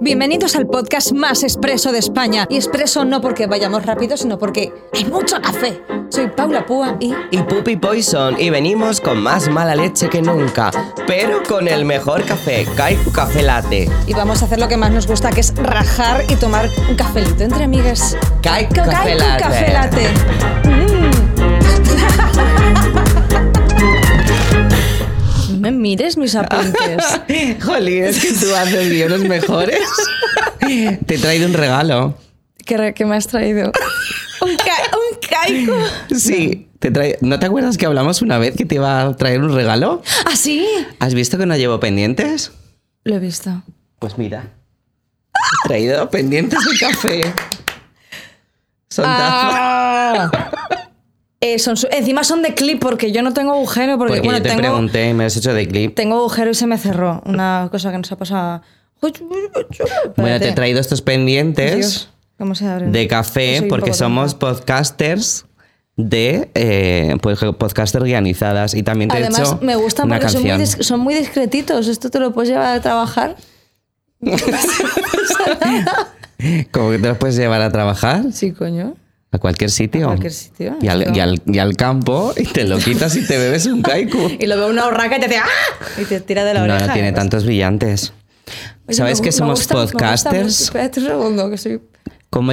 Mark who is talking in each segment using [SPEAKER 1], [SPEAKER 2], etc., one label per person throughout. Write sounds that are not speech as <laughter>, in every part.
[SPEAKER 1] Bienvenidos al podcast más expreso de España. Y expreso no porque vayamos rápido, sino porque hay mucho café. Soy Paula Púa y...
[SPEAKER 2] y Puppy Poison y venimos con más mala leche que nunca, pero con el mejor café, Kaiku Café Latte.
[SPEAKER 1] Y vamos a hacer lo que más nos gusta, que es rajar y tomar un cafelito entre amigas.
[SPEAKER 2] Kaiku
[SPEAKER 1] Ca-
[SPEAKER 2] Café
[SPEAKER 1] Kaiku
[SPEAKER 2] Latte.
[SPEAKER 1] Café
[SPEAKER 2] <laughs>
[SPEAKER 1] latte. Mm. No me mires mis apuntes.
[SPEAKER 2] Jolí, es que tú haces guiones mejores. <laughs> Te he traído un regalo.
[SPEAKER 1] ¿Qué, re- qué me has traído? Un, ca- un caico.
[SPEAKER 2] Sí, te trae... ¿no te acuerdas que hablamos una vez que te iba a traer un regalo?
[SPEAKER 1] ¿Ah, sí?
[SPEAKER 2] ¿Has visto que no llevo pendientes?
[SPEAKER 1] Lo he visto.
[SPEAKER 2] Pues mira, he traído pendientes de café. Son tazas. Ah.
[SPEAKER 1] Eh, son su- encima son de clip porque yo no tengo agujero. Porque,
[SPEAKER 2] Porque
[SPEAKER 1] bueno,
[SPEAKER 2] yo te
[SPEAKER 1] tengo,
[SPEAKER 2] pregunté y me has hecho de clip.
[SPEAKER 1] tengo agujero y se me cerró. Una cosa que nos ha pasado.
[SPEAKER 2] Bueno, te he traído estos pendientes.
[SPEAKER 1] Dios, ¿Cómo se abre?
[SPEAKER 2] de café
[SPEAKER 1] Soy un
[SPEAKER 2] porque
[SPEAKER 1] poco
[SPEAKER 2] somos podcasters de eh, pues, podcasters guionizadas y también te he
[SPEAKER 1] Además,
[SPEAKER 2] hecho
[SPEAKER 1] me gustan
[SPEAKER 2] una
[SPEAKER 1] porque son muy,
[SPEAKER 2] canción.
[SPEAKER 1] dis- son muy discretitos. Esto te lo puedes llevar a trabajar.
[SPEAKER 2] <laughs> como que te los puedes llevar a trabajar
[SPEAKER 1] Sí, coño.
[SPEAKER 2] a cualquier sitio,
[SPEAKER 1] cualquier sitio,
[SPEAKER 2] Y, al,
[SPEAKER 1] eso.
[SPEAKER 2] y al- y al campo y te lo quitas y te bebes un kaiku
[SPEAKER 1] Y lo ve una horraca y te hace ¡Ah! Y te tira de <laughs> la
[SPEAKER 2] no,
[SPEAKER 1] oreja.
[SPEAKER 2] no tiene
[SPEAKER 1] Pues-
[SPEAKER 2] tantos brillantes
[SPEAKER 1] Oye,
[SPEAKER 2] sabes
[SPEAKER 1] me
[SPEAKER 2] que
[SPEAKER 1] gu- me
[SPEAKER 2] somos
[SPEAKER 1] gusta- me gusta mucho.
[SPEAKER 2] podcasters
[SPEAKER 1] Espérate un segundo, que soy
[SPEAKER 2] cómo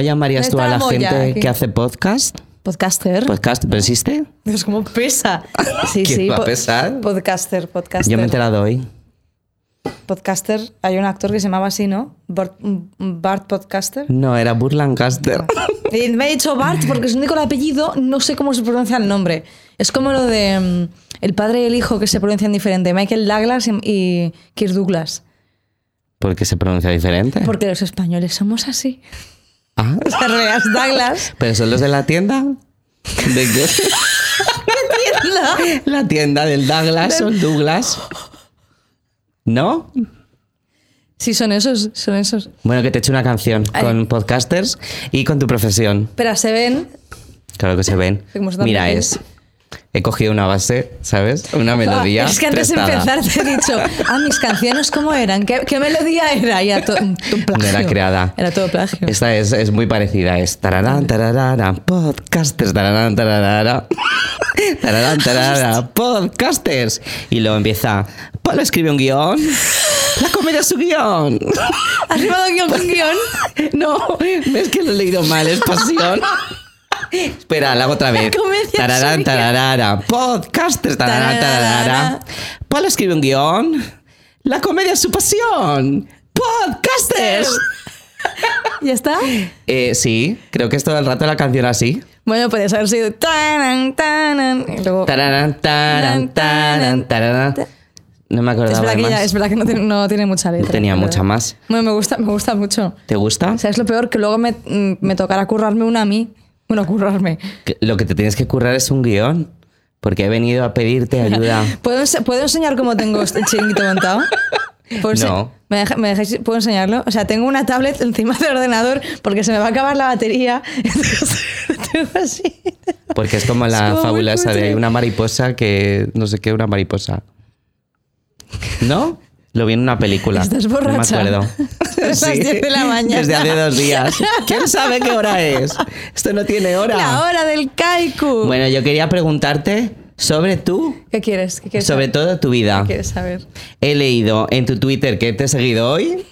[SPEAKER 1] ¿Dónde
[SPEAKER 2] llamarías tú a
[SPEAKER 1] está
[SPEAKER 2] la
[SPEAKER 1] la molla
[SPEAKER 2] gente
[SPEAKER 1] aquí?
[SPEAKER 2] que hace podcast
[SPEAKER 1] podcaster.
[SPEAKER 2] podcast pero existe
[SPEAKER 1] Dios, cómo pesa. Sí,
[SPEAKER 2] ¿Quién
[SPEAKER 1] sí.
[SPEAKER 2] va a
[SPEAKER 1] po-
[SPEAKER 2] pesar?
[SPEAKER 1] Podcaster, podcaster.
[SPEAKER 2] yo me he enterado hoy
[SPEAKER 1] Podcaster, hay un actor que se llamaba así, ¿no? Bart, mm, Bart Podcaster.
[SPEAKER 2] no era
[SPEAKER 1] <laughs>
[SPEAKER 2] Burlancaster
[SPEAKER 1] Y me he dicho Bart porque es el único el apellido, no sé cómo se pronuncia el nombre. Es como lo de mm, el padre y el hijo que se pronuncian diferente, Michael Douglas y, y Kirk Douglas.
[SPEAKER 2] porque se pronuncia diferente
[SPEAKER 1] Porque los españoles somos así. <laughs>
[SPEAKER 2] Ah.
[SPEAKER 1] O sea, Reas Douglas.
[SPEAKER 2] ¿Pero son los de la tienda? ¿De
[SPEAKER 1] <laughs>
[SPEAKER 2] qué? la tienda del Douglas o el Douglas. ¿No?
[SPEAKER 1] Sí, son esos, son esos.
[SPEAKER 2] Bueno, que te eche una canción
[SPEAKER 1] Ay.
[SPEAKER 2] con podcasters y con tu profesión.
[SPEAKER 1] Pero se ven.
[SPEAKER 2] Claro que se ven.
[SPEAKER 1] Como son tan
[SPEAKER 2] Mira,
[SPEAKER 1] pequeños.
[SPEAKER 2] es. He cogido una base, ¿sabes? Una melodía.
[SPEAKER 1] <laughs> es que antes
[SPEAKER 2] prestada.
[SPEAKER 1] de empezar te he dicho, ah, mis canciones, ¿cómo eran? ¿Qué, qué melodía era? Y era todo un un plagio.
[SPEAKER 2] No era creada.
[SPEAKER 1] Era todo plagio.
[SPEAKER 2] Esta es, es muy parecida. Es tararán, tararara, podcasters, tararán, <laughs> tararara. Tararán, tararara, podcasters. Y luego empieza. Pablo escribe un guión. La comedia es su guión. <laughs>
[SPEAKER 1] ¿Has llevado guión con guión?
[SPEAKER 2] No, es que lo he leído mal, es
[SPEAKER 1] <laughs>
[SPEAKER 2] pasión. Espera, la hago otra vez.
[SPEAKER 1] La comedia es su
[SPEAKER 2] Tararán,
[SPEAKER 1] guión.
[SPEAKER 2] tararara, podcasters, tararán, tararara.
[SPEAKER 1] Tararara.
[SPEAKER 2] Pablo escribe un guión. La comedia es su pasión. Podcasters.
[SPEAKER 1] ¿Ya está?
[SPEAKER 2] Eh, sí, creo que es todo el rato la canción así.
[SPEAKER 1] Bueno, puedes haber sido tanan, tanan. Y luego.
[SPEAKER 2] Tararán, tararán, tararán, tararán. No me
[SPEAKER 1] Es
[SPEAKER 2] acordaba
[SPEAKER 1] verdad,
[SPEAKER 2] de
[SPEAKER 1] que ya-
[SPEAKER 2] más.
[SPEAKER 1] es verdad que no tiene, no tiene mucha letra.
[SPEAKER 2] Tenía
[SPEAKER 1] pero-
[SPEAKER 2] mucha más.
[SPEAKER 1] Bueno, me gusta, me gusta mucho.
[SPEAKER 2] ¿Te gusta?
[SPEAKER 1] O sea, es lo peor que luego me, mm, me tocará currarme una a mí. Bueno, currarme.
[SPEAKER 2] Que Lo que te tienes que currar es un guión. Porque he venido a
[SPEAKER 1] <laughs>
[SPEAKER 2] pedirte ayuda.
[SPEAKER 1] ¿Puedo, ense- ¿Puedo enseñar cómo tengo este chiringuito montado? ¿Puedo ense-
[SPEAKER 2] No.
[SPEAKER 1] ¿Me, deja- me dejáis- ¿Puedo enseñarlo? O sea, tengo una tablet encima del ordenador porque se me va a acabar la batería. <laughs> Entonces, tengo así.
[SPEAKER 2] Porque es como
[SPEAKER 1] Es
[SPEAKER 2] la
[SPEAKER 1] como muy
[SPEAKER 2] fábula esa de
[SPEAKER 1] cutre.
[SPEAKER 2] una mariposa que no sé qué, una mariposa. ¿No? Lo vi en una película.
[SPEAKER 1] Estás borracha.
[SPEAKER 2] No me acuerdo.
[SPEAKER 1] <laughs> Son las 10 de la mañana.
[SPEAKER 2] Desde hace dos días. ¿Quién sabe qué hora es? Esto no tiene hora.
[SPEAKER 1] La hora del kaiku.
[SPEAKER 2] Bueno, yo quería preguntarte sobre tú,
[SPEAKER 1] ¿Qué quieres? ¿Qué quieres
[SPEAKER 2] sobre
[SPEAKER 1] saber?
[SPEAKER 2] todo tu vida.
[SPEAKER 1] ¿Qué quieres saber?
[SPEAKER 2] He leído en tu Twitter que te he seguido hoy.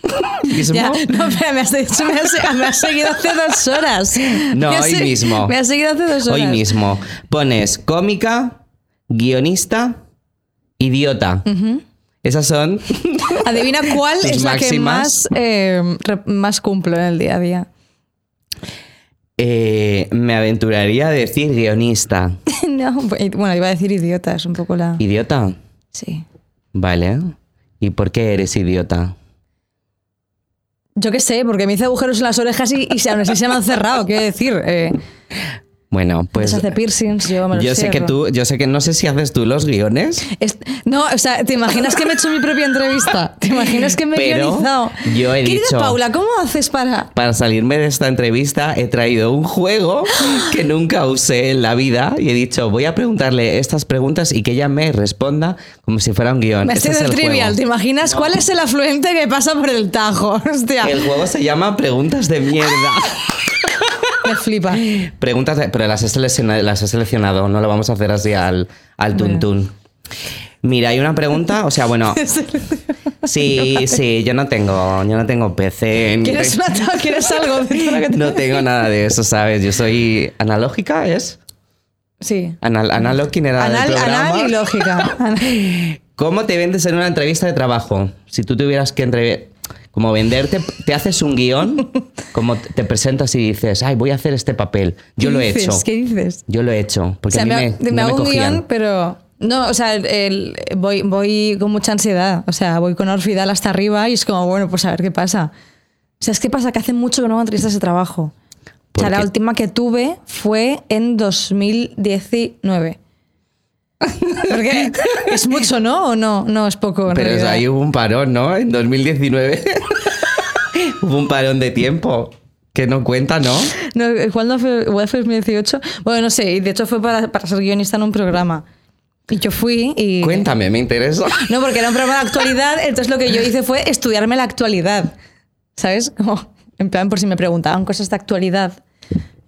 [SPEAKER 2] mismo.
[SPEAKER 1] Ya, <laughs> no, espera, me has, dicho- me has- me has seguido hace dos horas.
[SPEAKER 2] No,
[SPEAKER 1] Me has
[SPEAKER 2] hoy
[SPEAKER 1] se-
[SPEAKER 2] mismo.
[SPEAKER 1] Me has seguido hace dos horas.
[SPEAKER 2] Hoy mismo. Pones cómica, guionista, idiota. Esas son. <laughs>
[SPEAKER 1] Adivina cuál
[SPEAKER 2] Tus
[SPEAKER 1] es la que más,
[SPEAKER 2] máximas.
[SPEAKER 1] eh, re- más cumplo en el día a día.
[SPEAKER 2] Eh, me aventuraría a decir guionista.
[SPEAKER 1] <laughs> No, pues, bueno, iba a decir idiota, es un poco la...
[SPEAKER 2] ¿Idiota?
[SPEAKER 1] Sí.
[SPEAKER 2] Vale. ¿Y por qué eres idiota?
[SPEAKER 1] Yo qué sé, porque me hice agujeros en las orejas y, y se- aún así se me han cerrado, quiero decir. eh,
[SPEAKER 2] Bueno, pues.
[SPEAKER 1] hace piercings, yo me los
[SPEAKER 2] Yo sé que
[SPEAKER 1] cierro.
[SPEAKER 2] tú, yo sé que no sé si haces tú los guiones.
[SPEAKER 1] Es- no, o sea, ¿te imaginas que me he hecho mi propia entrevista? ¿Te imaginas que me he
[SPEAKER 2] Pero
[SPEAKER 1] guionizado?
[SPEAKER 2] yo he
[SPEAKER 1] Querida
[SPEAKER 2] dicho-
[SPEAKER 1] Paula, ¿cómo haces para...?
[SPEAKER 2] Para salirme de esta entrevista he traído un
[SPEAKER 1] <gasps>
[SPEAKER 2] juego que nunca usé en la vida y he dicho, voy a preguntarle estas preguntas y que ella me responda como si fuera un guión.
[SPEAKER 1] Me ha
[SPEAKER 2] Ese
[SPEAKER 1] sido
[SPEAKER 2] es el
[SPEAKER 1] trivial, ¿te
[SPEAKER 2] juego.
[SPEAKER 1] imaginas cuál es el afluente que pasa por el Tajo? <laughs> Hostia,
[SPEAKER 2] El juego se llama Preguntas de
[SPEAKER 1] <laughs>
[SPEAKER 2] mierda.
[SPEAKER 1] me flipa.
[SPEAKER 2] <laughs> Preguntas, de- pero las he, seleccionado, las he seleccionado, no lo vamos a hacer así al, al tuntún. Mira, hay una pregunta, o
[SPEAKER 1] <laughs>
[SPEAKER 2] sea, bueno, sí, sí, yo no tengo, yo no tengo PC. ni
[SPEAKER 1] ¿Quieres,
[SPEAKER 2] tengo-
[SPEAKER 1] una ta- ¿Quieres algo?
[SPEAKER 2] <laughs>
[SPEAKER 1] de todo lo que te-
[SPEAKER 2] No tengo nada de eso, ¿sabes? Yo soy analógica, ¿es?
[SPEAKER 1] Sí.
[SPEAKER 2] Anal, analo, ¿quién era del
[SPEAKER 1] Anal,
[SPEAKER 2] programa?
[SPEAKER 1] anal y lógica. Anal-
[SPEAKER 2] ¿Cómo te vendes en una entrevista de trabajo? Si tú tuvieras que entrev- Como venderte, te haces un guión, como te presentas y dices, ay, voy a hacer este papel. Yo
[SPEAKER 1] ¿Qué
[SPEAKER 2] lo he
[SPEAKER 1] dices?
[SPEAKER 2] hecho.
[SPEAKER 1] ¿Qué dices?
[SPEAKER 2] Yo lo he hecho. Porque
[SPEAKER 1] o sea,
[SPEAKER 2] a mí me,
[SPEAKER 1] me, me
[SPEAKER 2] no me
[SPEAKER 1] hago un
[SPEAKER 2] cogían.
[SPEAKER 1] guión, pero. No, o sea, el- el- voy, voy con mucha ansiedad. O sea, voy con Orfidal hasta arriba y es como, bueno, pues a ver qué pasa. O sea, es que pasa que hace mucho que no hago entrevistas de trabajo. O sea,
[SPEAKER 2] ¿Por
[SPEAKER 1] la
[SPEAKER 2] qué?
[SPEAKER 1] última que tuve fue en 2019. <laughs> Porque es mucho, ¿no? ¿O no? No, es poco. en
[SPEAKER 2] Pero
[SPEAKER 1] realidad.
[SPEAKER 2] ahí hubo un parón, ¿no?
[SPEAKER 1] <laughs>
[SPEAKER 2] En 2019 hubo un parón de tiempo que no cuenta, ¿no?
[SPEAKER 1] No, ¿Cuál no fue? ¿Igual fue 2018? Bueno, no sé. Y de hecho fue para, para ser guionista en un programa. Y yo fui y...
[SPEAKER 2] Cuéntame,
[SPEAKER 1] <laughs>
[SPEAKER 2] me interesa.
[SPEAKER 1] No, porque era un programa de actualidad, entonces lo que yo hice fue estudiarme la actualidad. ¿Sabes? Como, en plan, por si me preguntaban cosas de actualidad.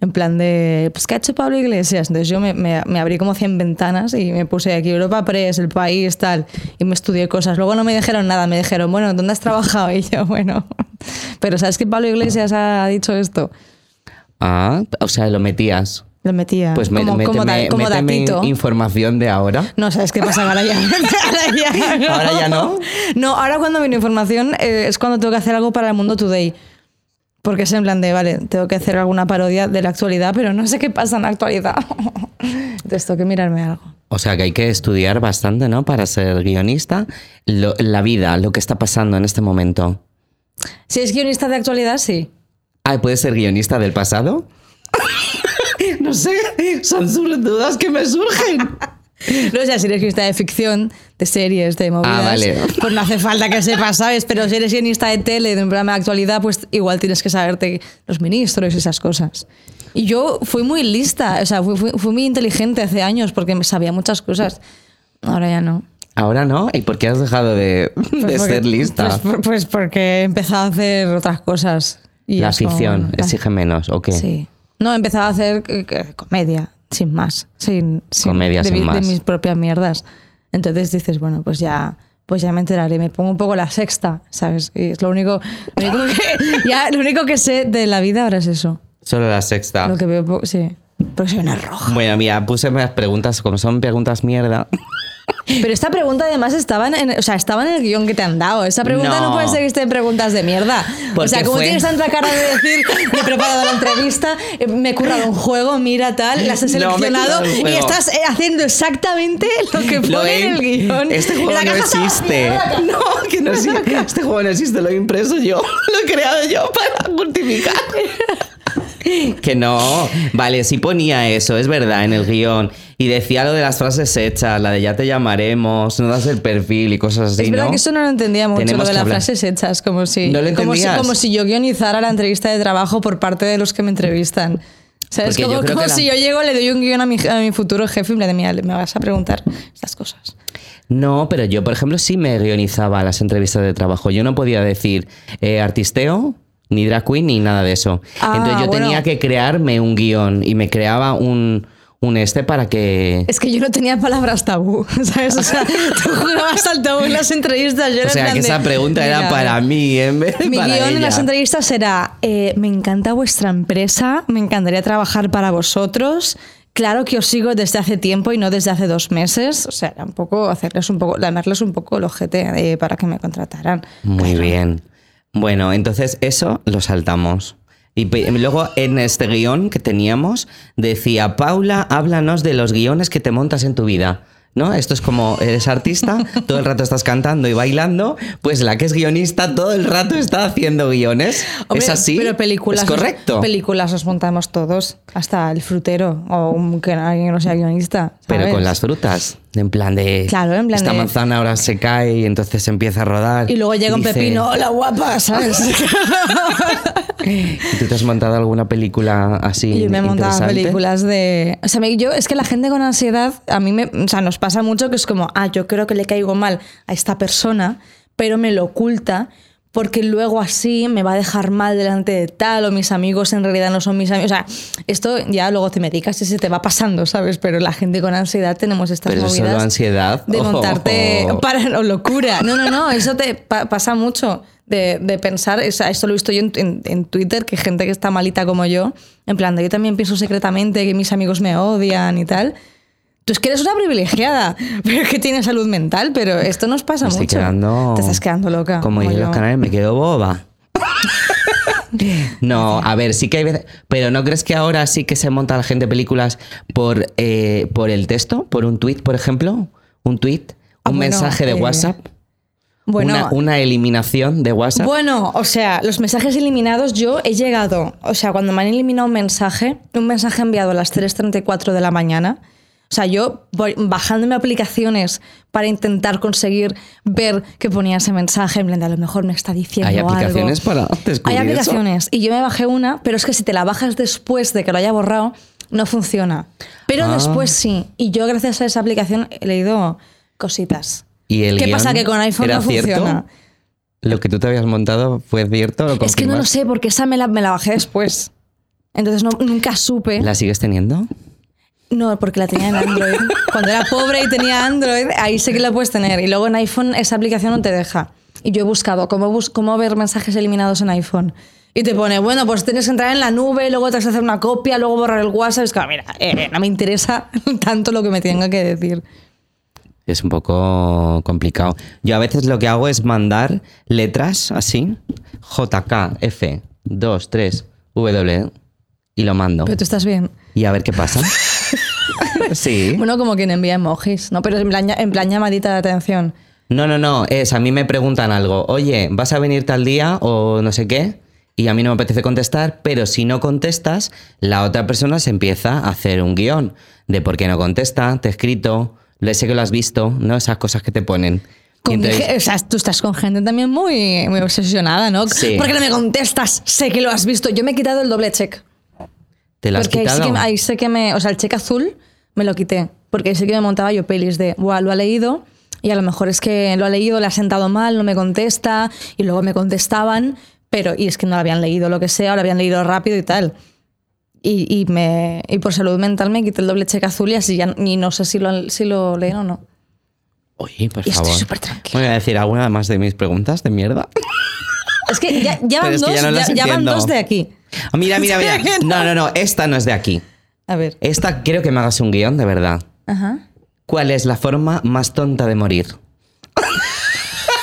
[SPEAKER 1] En plan de, pues, ¿qué ha hecho Pablo Iglesias? Entonces yo me, me- me abrí como 100 ventanas y me puse aquí Europa Press, el país, tal, y me estudié cosas. Luego no me dijeron nada, me dijeron, bueno, ¿dónde has trabajado? Y yo, bueno, pero ¿sabes que Pablo Iglesias ha dicho esto?
[SPEAKER 2] Ah, o sea, lo metías.
[SPEAKER 1] Lo metía
[SPEAKER 2] Pues me,
[SPEAKER 1] como,
[SPEAKER 2] méteme-
[SPEAKER 1] como, da- como
[SPEAKER 2] méteme
[SPEAKER 1] datito.
[SPEAKER 2] información de ahora.
[SPEAKER 1] No, ¿sabes qué pasa? Ahora ya, <laughs> ahora ya no.
[SPEAKER 2] Ahora ya no.
[SPEAKER 1] No, ahora cuando viene información eh, es cuando tengo que hacer algo para el mundo today. Porque es en plan de, vale, tengo que hacer alguna parodia de la actualidad, pero no sé qué pasa en la actualidad. <laughs> Entonces tengo que mirarme algo.
[SPEAKER 2] O sea que hay que estudiar bastante, ¿no? Para ser guionista, Lo- la vida, lo que está pasando en este momento.
[SPEAKER 1] Si es guionista de actualidad, sí.
[SPEAKER 2] Ah, ¿puedes ser guionista del pasado? <laughs> no sé, son sus dudas que me surgen.
[SPEAKER 1] <laughs> No sé si eres guionista de ficción, de series, de movidas.
[SPEAKER 2] Ah, vale.
[SPEAKER 1] Pues no hace falta que sepas, ¿sabes? Pero si eres guionista de tele, de un programa de actualidad, pues igual tienes que saberte los ministros y esas cosas. Y yo fui muy lista, o sea, fui, fui- fui muy inteligente hace años porque me sabía muchas cosas. Ahora ya no.
[SPEAKER 2] Ahora no, ¿y por qué has dejado de, de
[SPEAKER 1] Pues porque-
[SPEAKER 2] ser lista?
[SPEAKER 1] Pues, por- pues porque he empezado a hacer otras cosas. y
[SPEAKER 2] la
[SPEAKER 1] es como,
[SPEAKER 2] afición
[SPEAKER 1] bueno, la-
[SPEAKER 2] exige menos, ¿o qué?
[SPEAKER 1] Sí. No, he empezado a hacer eh, eh, comedia, sin más. Sin, sin-
[SPEAKER 2] Comedia
[SPEAKER 1] de,
[SPEAKER 2] sin
[SPEAKER 1] mi- de
[SPEAKER 2] más.
[SPEAKER 1] mis propias mierdas. Entonces dices, bueno, pues ya, pues ya me enteraré. Me pongo un poco la sexta, ¿sabes? Y es lo único, lo único que, <laughs> ya, lo único que sé de la vida ahora es eso.
[SPEAKER 2] Solo la sexta.
[SPEAKER 1] Lo que veo, po- sí. Pero soy una roja.
[SPEAKER 2] Bueno, mira, puse las preguntas, como son preguntas mierda.
[SPEAKER 1] Pero esta pregunta además estaba en, en- o sea, estaba en el guión que te han dado. Esa pregunta no,
[SPEAKER 2] No.
[SPEAKER 1] puede ser que esté en preguntas de mierda. O
[SPEAKER 2] Porque
[SPEAKER 1] sea, como
[SPEAKER 2] fue-
[SPEAKER 1] tienes tanta cara de decir, me he preparado la entrevista, eh, me he currado un juego, mira tal, las he
[SPEAKER 2] No, me he
[SPEAKER 1] seleccionado
[SPEAKER 2] currado un
[SPEAKER 1] y
[SPEAKER 2] juego.
[SPEAKER 1] estás eh, haciendo exactamente lo que pone
[SPEAKER 2] Lo
[SPEAKER 1] en el
[SPEAKER 2] he-
[SPEAKER 1] guión.
[SPEAKER 2] Este juego
[SPEAKER 1] La
[SPEAKER 2] no
[SPEAKER 1] caja está
[SPEAKER 2] existe.
[SPEAKER 1] vacía, la
[SPEAKER 2] No, que no existe. Este juego no existe, lo he impreso yo. <laughs> Lo he creado yo para mortificar. Que no. Vale, sí ponía eso, es verdad, en el guión. Y decía lo de las frases hechas, la de ya te llamaremos, no das el perfil y cosas así,
[SPEAKER 1] Es verdad
[SPEAKER 2] ¿no?
[SPEAKER 1] que eso no lo entendía mucho,
[SPEAKER 2] Tenemos
[SPEAKER 1] lo de
[SPEAKER 2] que
[SPEAKER 1] las
[SPEAKER 2] hablar.
[SPEAKER 1] frases hechas, como si,
[SPEAKER 2] ¿No lo
[SPEAKER 1] como, si,
[SPEAKER 2] entendías?
[SPEAKER 1] como si yo guionizara la entrevista de trabajo por parte de los que me entrevistan. ¿Sabes?
[SPEAKER 2] Porque yo
[SPEAKER 1] como
[SPEAKER 2] creo
[SPEAKER 1] como
[SPEAKER 2] que la-
[SPEAKER 1] si yo llego, le doy un guión a mi, a mi futuro jefe y me, mira, me vas a preguntar estas cosas.
[SPEAKER 2] No, pero yo, por ejemplo, sí me guionizaba las entrevistas de trabajo. Yo no podía decir eh, artisteo, ni drag queen, ni nada de eso.
[SPEAKER 1] Ah,
[SPEAKER 2] Entonces yo
[SPEAKER 1] bueno.
[SPEAKER 2] tenía que crearme un guión y me creaba un, un este para que...
[SPEAKER 1] Es que yo no tenía palabras tabú, <laughs> ¿sabes? O sea, tú jugabas al tabú en las entrevistas. Yo era
[SPEAKER 2] O
[SPEAKER 1] en
[SPEAKER 2] sea,
[SPEAKER 1] plan
[SPEAKER 2] que
[SPEAKER 1] de,
[SPEAKER 2] esa pregunta
[SPEAKER 1] "Mira,
[SPEAKER 2] era para mí en vez
[SPEAKER 1] <laughs>
[SPEAKER 2] de
[SPEAKER 1] Mi
[SPEAKER 2] para
[SPEAKER 1] guión en
[SPEAKER 2] ella.
[SPEAKER 1] las entrevistas era, eh, me encanta vuestra empresa, me encantaría trabajar para vosotros. Claro que os sigo desde hace tiempo y no desde hace dos meses. O sea, era un poco hacerles un poco, lamerles un poco el ojete eh, para que me contrataran.
[SPEAKER 2] Muy bien. Bueno, entonces eso lo saltamos. Y pe- luego en este guión que teníamos decía, Paula, háblanos de los guiones que te montas en tu vida. ¿No? Esto es como
[SPEAKER 1] <laughs>
[SPEAKER 2] eres artista, todo el rato estás cantando y bailando, pues la que es guionista todo el rato está haciendo guiones.
[SPEAKER 1] Hombre,
[SPEAKER 2] es así.
[SPEAKER 1] Pero películas.
[SPEAKER 2] Es correcto.
[SPEAKER 1] Películas nos montamos todos, hasta el frutero o un, que alguien que no sea guionista.
[SPEAKER 2] Pero
[SPEAKER 1] ¿sabes?
[SPEAKER 2] con las frutas, en plan de.
[SPEAKER 1] Claro, en plan
[SPEAKER 2] Esta
[SPEAKER 1] de-
[SPEAKER 2] manzana ahora se cae y entonces empieza a rodar.
[SPEAKER 1] Y luego llega un
[SPEAKER 2] dice-
[SPEAKER 1] pepino, hola guapa,
[SPEAKER 2] <laughs>
[SPEAKER 1] ¿sabes?
[SPEAKER 2] ¿Y tú te has montado alguna película así?
[SPEAKER 1] Y me he montado
[SPEAKER 2] interesante?
[SPEAKER 1] películas de. O sea, me- yo es que la gente con ansiedad, a mí me, o sea, nos pasa mucho que es como, ah, yo creo que le caigo mal a esta persona, pero me lo oculta porque luego así me va a dejar mal delante de tal o mis amigos en realidad no son mis amigos. O sea, esto ya luego te medicas y se te va pasando, ¿sabes? Pero la gente con ansiedad tenemos estas
[SPEAKER 2] Pero eso es
[SPEAKER 1] movidas.
[SPEAKER 2] solo ansiedad.
[SPEAKER 1] De montarte
[SPEAKER 2] Oh.
[SPEAKER 1] para no, locura. No, no, no, eso te pa- pasa mucho. De, de pensar, o sea, esto lo he visto yo en, en- en Twitter, que gente que está malita como yo, en plan, de, yo también pienso secretamente que mis amigos me odian y tal. Tú es que eres una privilegiada, <laughs> pero que tienes salud mental, pero esto nos pasa
[SPEAKER 2] Me
[SPEAKER 1] mucho.
[SPEAKER 2] estoy quedando.
[SPEAKER 1] Te estás quedando loca.
[SPEAKER 2] Como dicen
[SPEAKER 1] yo.
[SPEAKER 2] los canales, me quedo boba.
[SPEAKER 1] Ah,
[SPEAKER 2] No, a ver, sí que hay veces. Pero ¿no crees que ahora sí que se monta la gente películas por, eh, por el texto? ¿Por un tweet, por ejemplo? ¿Un tweet?
[SPEAKER 1] Ah,
[SPEAKER 2] ¿Un
[SPEAKER 1] bueno,
[SPEAKER 2] mensaje de
[SPEAKER 1] eh,
[SPEAKER 2] WhatsApp?
[SPEAKER 1] Bueno,
[SPEAKER 2] una, una eliminación de WhatsApp?
[SPEAKER 1] Bueno, o sea, los mensajes eliminados yo he llegado, o sea, cuando me han eliminado un mensaje, un mensaje enviado a las 3.34 de la mañana, o sea, yo voy bajándome aplicaciones para intentar conseguir ver que ponía ese mensaje, en plan de, a lo mejor me está diciendo
[SPEAKER 2] Hay
[SPEAKER 1] algo.
[SPEAKER 2] aplicaciones para descubrir
[SPEAKER 1] Hay
[SPEAKER 2] eso.
[SPEAKER 1] aplicaciones y yo me bajé una, pero es que si te la bajas después de que lo haya borrado, no funciona. Pero
[SPEAKER 2] Ah.
[SPEAKER 1] después sí, y yo gracias a esa aplicación he leído cositas.
[SPEAKER 2] ¿Y el
[SPEAKER 1] ¿Qué
[SPEAKER 2] guión
[SPEAKER 1] pasa que con iPhone
[SPEAKER 2] era
[SPEAKER 1] no
[SPEAKER 2] cierto?
[SPEAKER 1] funciona?
[SPEAKER 2] ¿Lo que tú te habías montado fue cierto? ¿Lo
[SPEAKER 1] Es que no lo
[SPEAKER 2] confirmas?
[SPEAKER 1] sé, porque esa me la, me la bajé después. Entonces no- nunca supe.
[SPEAKER 2] ¿La sigues teniendo?
[SPEAKER 1] No, porque la tenía en Android. Cuando era pobre y tenía Android, ahí sé que la puedes tener. Y luego en iPhone esa aplicación no te deja. Y yo he buscado cómo, bus- cómo ver mensajes eliminados en iPhone. Y te pone, bueno, pues tienes que entrar en la nube, luego tienes que hacer una copia, luego borrar el WhatsApp. Es que, mira, eh, no me interesa <laughs> tanto lo que me tenga que decir.
[SPEAKER 2] Es un poco complicado. Yo a veces lo que hago es mandar letras así, JK, F, 2, 3, W, y lo mando.
[SPEAKER 1] Pero tú estás bien.
[SPEAKER 2] Y a ver
[SPEAKER 1] <laughs>
[SPEAKER 2] qué pasa. sí.
[SPEAKER 1] Bueno, como quien envía emojis, ¿no? Pero en plan, en plan llamadita de atención.
[SPEAKER 2] No, no, no. Es, a mí me preguntan algo. Oye, ¿vas a venir tal día o no sé qué? Y a mí no me apetece contestar, pero si no contestas, la otra persona se empieza a hacer un guión de por qué no contesta, te he escrito, le sé que lo has visto, ¿no? Esas cosas que te ponen. Y
[SPEAKER 1] Con
[SPEAKER 2] entonces-
[SPEAKER 1] ge- o sea, tú estás con gente también muy, muy obsesionada, ¿no?
[SPEAKER 2] Sí.
[SPEAKER 1] Porque no me contestas, sé que lo has visto. Yo me he quitado el doble check.
[SPEAKER 2] ¿Te lo has
[SPEAKER 1] porque ahí sí,
[SPEAKER 2] quitado?
[SPEAKER 1] que, ahí sí que me. O sea, el check azul me lo quité. Porque ahí sí que me montaba yo pelis de, guau, lo ha leído. Y a lo mejor es que lo ha leído, le ha sentado mal, no me contesta. Y luego me contestaban, pero. Y es que no lo habían leído, lo que sea, o lo habían leído rápido y tal. Y, y me, y por salud mental me quité el doble check azul y así ya. Y no sé si lo, han- si lo leen o no.
[SPEAKER 2] Oye, por
[SPEAKER 1] Y estoy
[SPEAKER 2] favor.
[SPEAKER 1] súper tranquila.
[SPEAKER 2] Voy a decir alguna más de mis preguntas de mierda.
[SPEAKER 1] Es que ya, ya van,
[SPEAKER 2] Pero es
[SPEAKER 1] dos,
[SPEAKER 2] que ya no
[SPEAKER 1] ya-
[SPEAKER 2] las
[SPEAKER 1] ya van
[SPEAKER 2] entiendo.
[SPEAKER 1] dos de aquí.
[SPEAKER 2] Ah, Mira,
[SPEAKER 1] <laughs>
[SPEAKER 2] mira, mira. No, no, no. Esta no es de aquí.
[SPEAKER 1] A ver.
[SPEAKER 2] Esta quiero que me hagas un guión, de verdad.
[SPEAKER 1] Ajá.
[SPEAKER 2] ¿Cuál es la forma más tonta de morir? <laughs>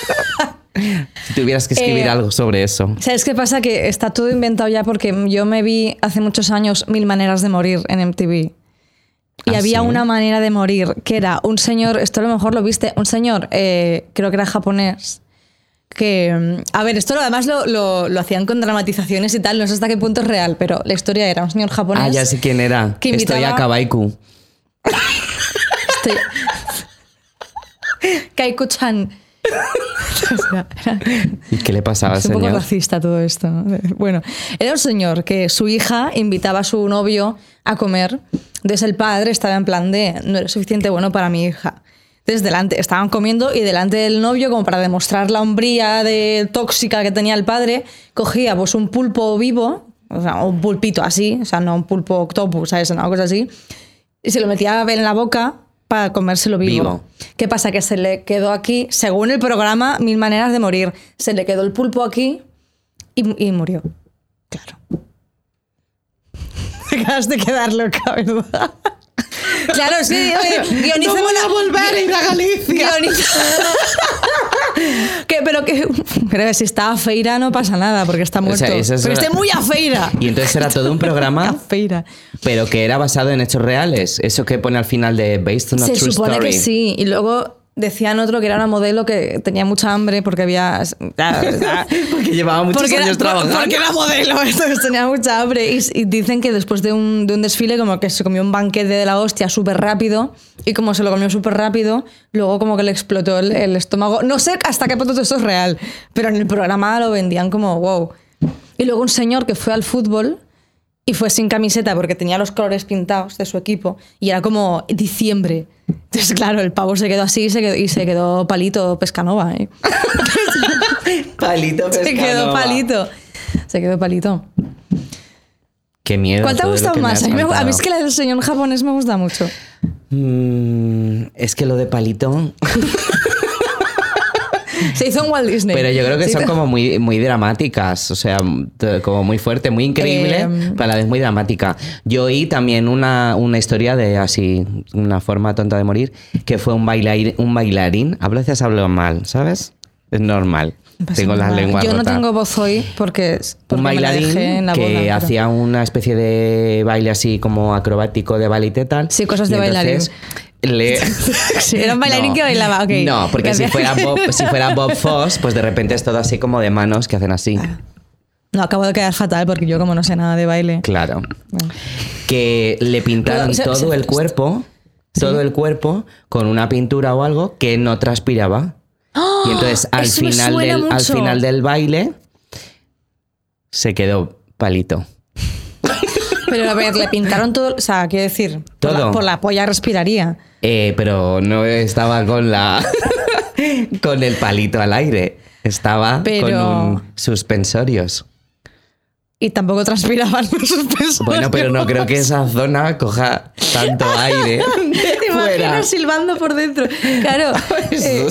[SPEAKER 2] si tuvieras que escribir
[SPEAKER 1] Eh,
[SPEAKER 2] algo sobre eso.
[SPEAKER 1] ¿Sabes qué pasa? Que está todo inventado ya porque yo me vi hace muchos años Mil Maneras de Morir en MTV. Y
[SPEAKER 2] Ah,
[SPEAKER 1] había
[SPEAKER 2] ¿sí?
[SPEAKER 1] una manera de morir que era un señor, esto a lo mejor lo viste, un señor, eh, creo que era japonés, que... mm, A ver, esto lo- además lo, lo- lo hacían con dramatizaciones y tal, no sé hasta qué punto es real, pero la historia era un señor japonés...
[SPEAKER 2] Ah, ya sé quién era.
[SPEAKER 1] que
[SPEAKER 2] Estoy
[SPEAKER 1] invitaba-
[SPEAKER 2] a Kabaiku. <laughs>
[SPEAKER 1] Estoy- Este- Kaiku-chan. <laughs> O sea, era-
[SPEAKER 2] ¿Y qué le pasaba al
[SPEAKER 1] Es un poco
[SPEAKER 2] señor?
[SPEAKER 1] racista todo esto. ¿no? Bueno, era un señor que su hija invitaba a su novio a comer. Entonces el padre estaba en plan de, no eres suficiente bueno para mi hija. Entonces delante, estaban comiendo y delante del novio, como para demostrar la hombría de tóxica que tenía el padre, cogía pues un pulpo vivo, o sea, un pulpito así, o sea, no un pulpo octopus, ¿sabes? Una cosa así, y se lo metía en la boca para comérselo vivo.
[SPEAKER 2] Vivo.
[SPEAKER 1] ¿Qué pasa? Que se le quedó aquí, según el programa, Mil Maneras de Morir. Se le quedó el pulpo aquí y, y murió. <laughs> Claro. Te acabas de quedar loca, ¿verdad? Claro, sí. <laughs>
[SPEAKER 2] <laughs>
[SPEAKER 1] oye,
[SPEAKER 2] no
[SPEAKER 1] Guionízame
[SPEAKER 2] voy
[SPEAKER 1] una-
[SPEAKER 2] a volver a ir a Galicia.
[SPEAKER 1] Guionista. <laughs> que, pero que. Creo que si está a feira no pasa nada porque está muerto.
[SPEAKER 2] eso es
[SPEAKER 1] pero
[SPEAKER 2] una-
[SPEAKER 1] esté muy a feira.
[SPEAKER 2] Y entonces era todo un
[SPEAKER 1] A <laughs>
[SPEAKER 2] programa,
[SPEAKER 1] feira.
[SPEAKER 2] pero que era basado en hechos reales. Eso que pone al final de Based on a
[SPEAKER 1] Se
[SPEAKER 2] True
[SPEAKER 1] supone
[SPEAKER 2] Story.
[SPEAKER 1] que sí. Y luego decían otro que era una modelo que tenía mucha hambre porque había.
[SPEAKER 2] <laughs> Porque llevaba muchos
[SPEAKER 1] porque
[SPEAKER 2] años
[SPEAKER 1] era,
[SPEAKER 2] trabajando.
[SPEAKER 1] porque era modelo, <laughs> entonces Pues tenía mucha hambre. Y, y dicen que después de un, de un desfile, como que se comió un banquete de la hostia súper rápido. Y como se lo comió súper rápido, luego como que le explotó el, el estómago. No sé hasta qué punto todo esto es real, pero en el programa lo vendían como wow. Y luego un señor que fue al fútbol y fue sin camiseta porque tenía los colores pintados de su equipo y era como diciembre. Entonces, claro, el pavo se quedó así y se quedó, y se quedó palito pescanova. ¿eh? <laughs>
[SPEAKER 2] Palito
[SPEAKER 1] Se quedó
[SPEAKER 2] Pescanova.
[SPEAKER 1] palito. Se quedó palito.
[SPEAKER 2] Qué miedo.
[SPEAKER 1] ¿Cuál te ha
[SPEAKER 2] todo lo
[SPEAKER 1] gustado
[SPEAKER 2] que me
[SPEAKER 1] más?
[SPEAKER 2] has
[SPEAKER 1] A mí, me- a
[SPEAKER 2] contado.
[SPEAKER 1] mí es que la del señor japonés me gusta mucho.
[SPEAKER 2] Mm, es que lo de palito.
[SPEAKER 1] Se hizo en Walt Disney.
[SPEAKER 2] Pero yo creo que
[SPEAKER 1] Se
[SPEAKER 2] son
[SPEAKER 1] hizo-
[SPEAKER 2] como muy, muy dramáticas, o sea, t- como muy fuerte, muy increíble,
[SPEAKER 1] Eh,
[SPEAKER 2] pero a la vez muy dramática. Yo oí también una, una historia de así, una forma tonta de morir, que fue un, bailarín, un bailarín. A veces hablo mal, ¿sabes? Es normal.
[SPEAKER 1] No pasa
[SPEAKER 2] Tengo la
[SPEAKER 1] nada.
[SPEAKER 2] lengua
[SPEAKER 1] Yo no
[SPEAKER 2] rota.
[SPEAKER 1] tengo voz hoy porque, porque
[SPEAKER 2] un
[SPEAKER 1] me la
[SPEAKER 2] bailarín
[SPEAKER 1] dejé en la
[SPEAKER 2] que
[SPEAKER 1] boda, pero-
[SPEAKER 2] hacía una especie de baile así como acrobático de ballet y tal.
[SPEAKER 1] Sí, cosas
[SPEAKER 2] Y
[SPEAKER 1] de
[SPEAKER 2] entonces le-
[SPEAKER 1] <laughs>
[SPEAKER 2] <laughs>
[SPEAKER 1] Sí, era <laughs> un bailarín que bailaba, ok.
[SPEAKER 2] No, porque si
[SPEAKER 1] Gracias.
[SPEAKER 2] fuera, Bob,
[SPEAKER 1] <laughs>
[SPEAKER 2] si fuera Bob Foss, pues de repente es todo así como de manos que hacen así.
[SPEAKER 1] Ah. No, acabo de quedar fatal porque yo como no sé nada de baile.
[SPEAKER 2] Claro.
[SPEAKER 1] Bueno.
[SPEAKER 2] Que le pintaron
[SPEAKER 1] Pero, o sea,
[SPEAKER 2] todo
[SPEAKER 1] o sea,
[SPEAKER 2] el cuerpo, todo el cuerpo con una pintura o algo que no transpiraba. Y entonces al
[SPEAKER 1] ¡Ah! Eso me
[SPEAKER 2] final,
[SPEAKER 1] suena
[SPEAKER 2] del, al
[SPEAKER 1] mucho.
[SPEAKER 2] final del baile se quedó palito.
[SPEAKER 1] Pero a ver, le pintaron todo, o sea, quiero decir, por la-
[SPEAKER 2] Todo.
[SPEAKER 1] por la polla respiraría.
[SPEAKER 2] Eh, pero no estaba con la <laughs> con el palito al aire. Estaba
[SPEAKER 1] Pero-
[SPEAKER 2] con un suspensorios.
[SPEAKER 1] Y tampoco transpiraban <laughs> los suspensores.
[SPEAKER 2] Bueno, pero
[SPEAKER 1] <laughs>
[SPEAKER 2] no creo que esa zona coja tanto aire.
[SPEAKER 1] Te imaginas
[SPEAKER 2] fuera.
[SPEAKER 1] silbando por dentro.
[SPEAKER 2] <laughs>
[SPEAKER 1] Claro. <laughs> eh,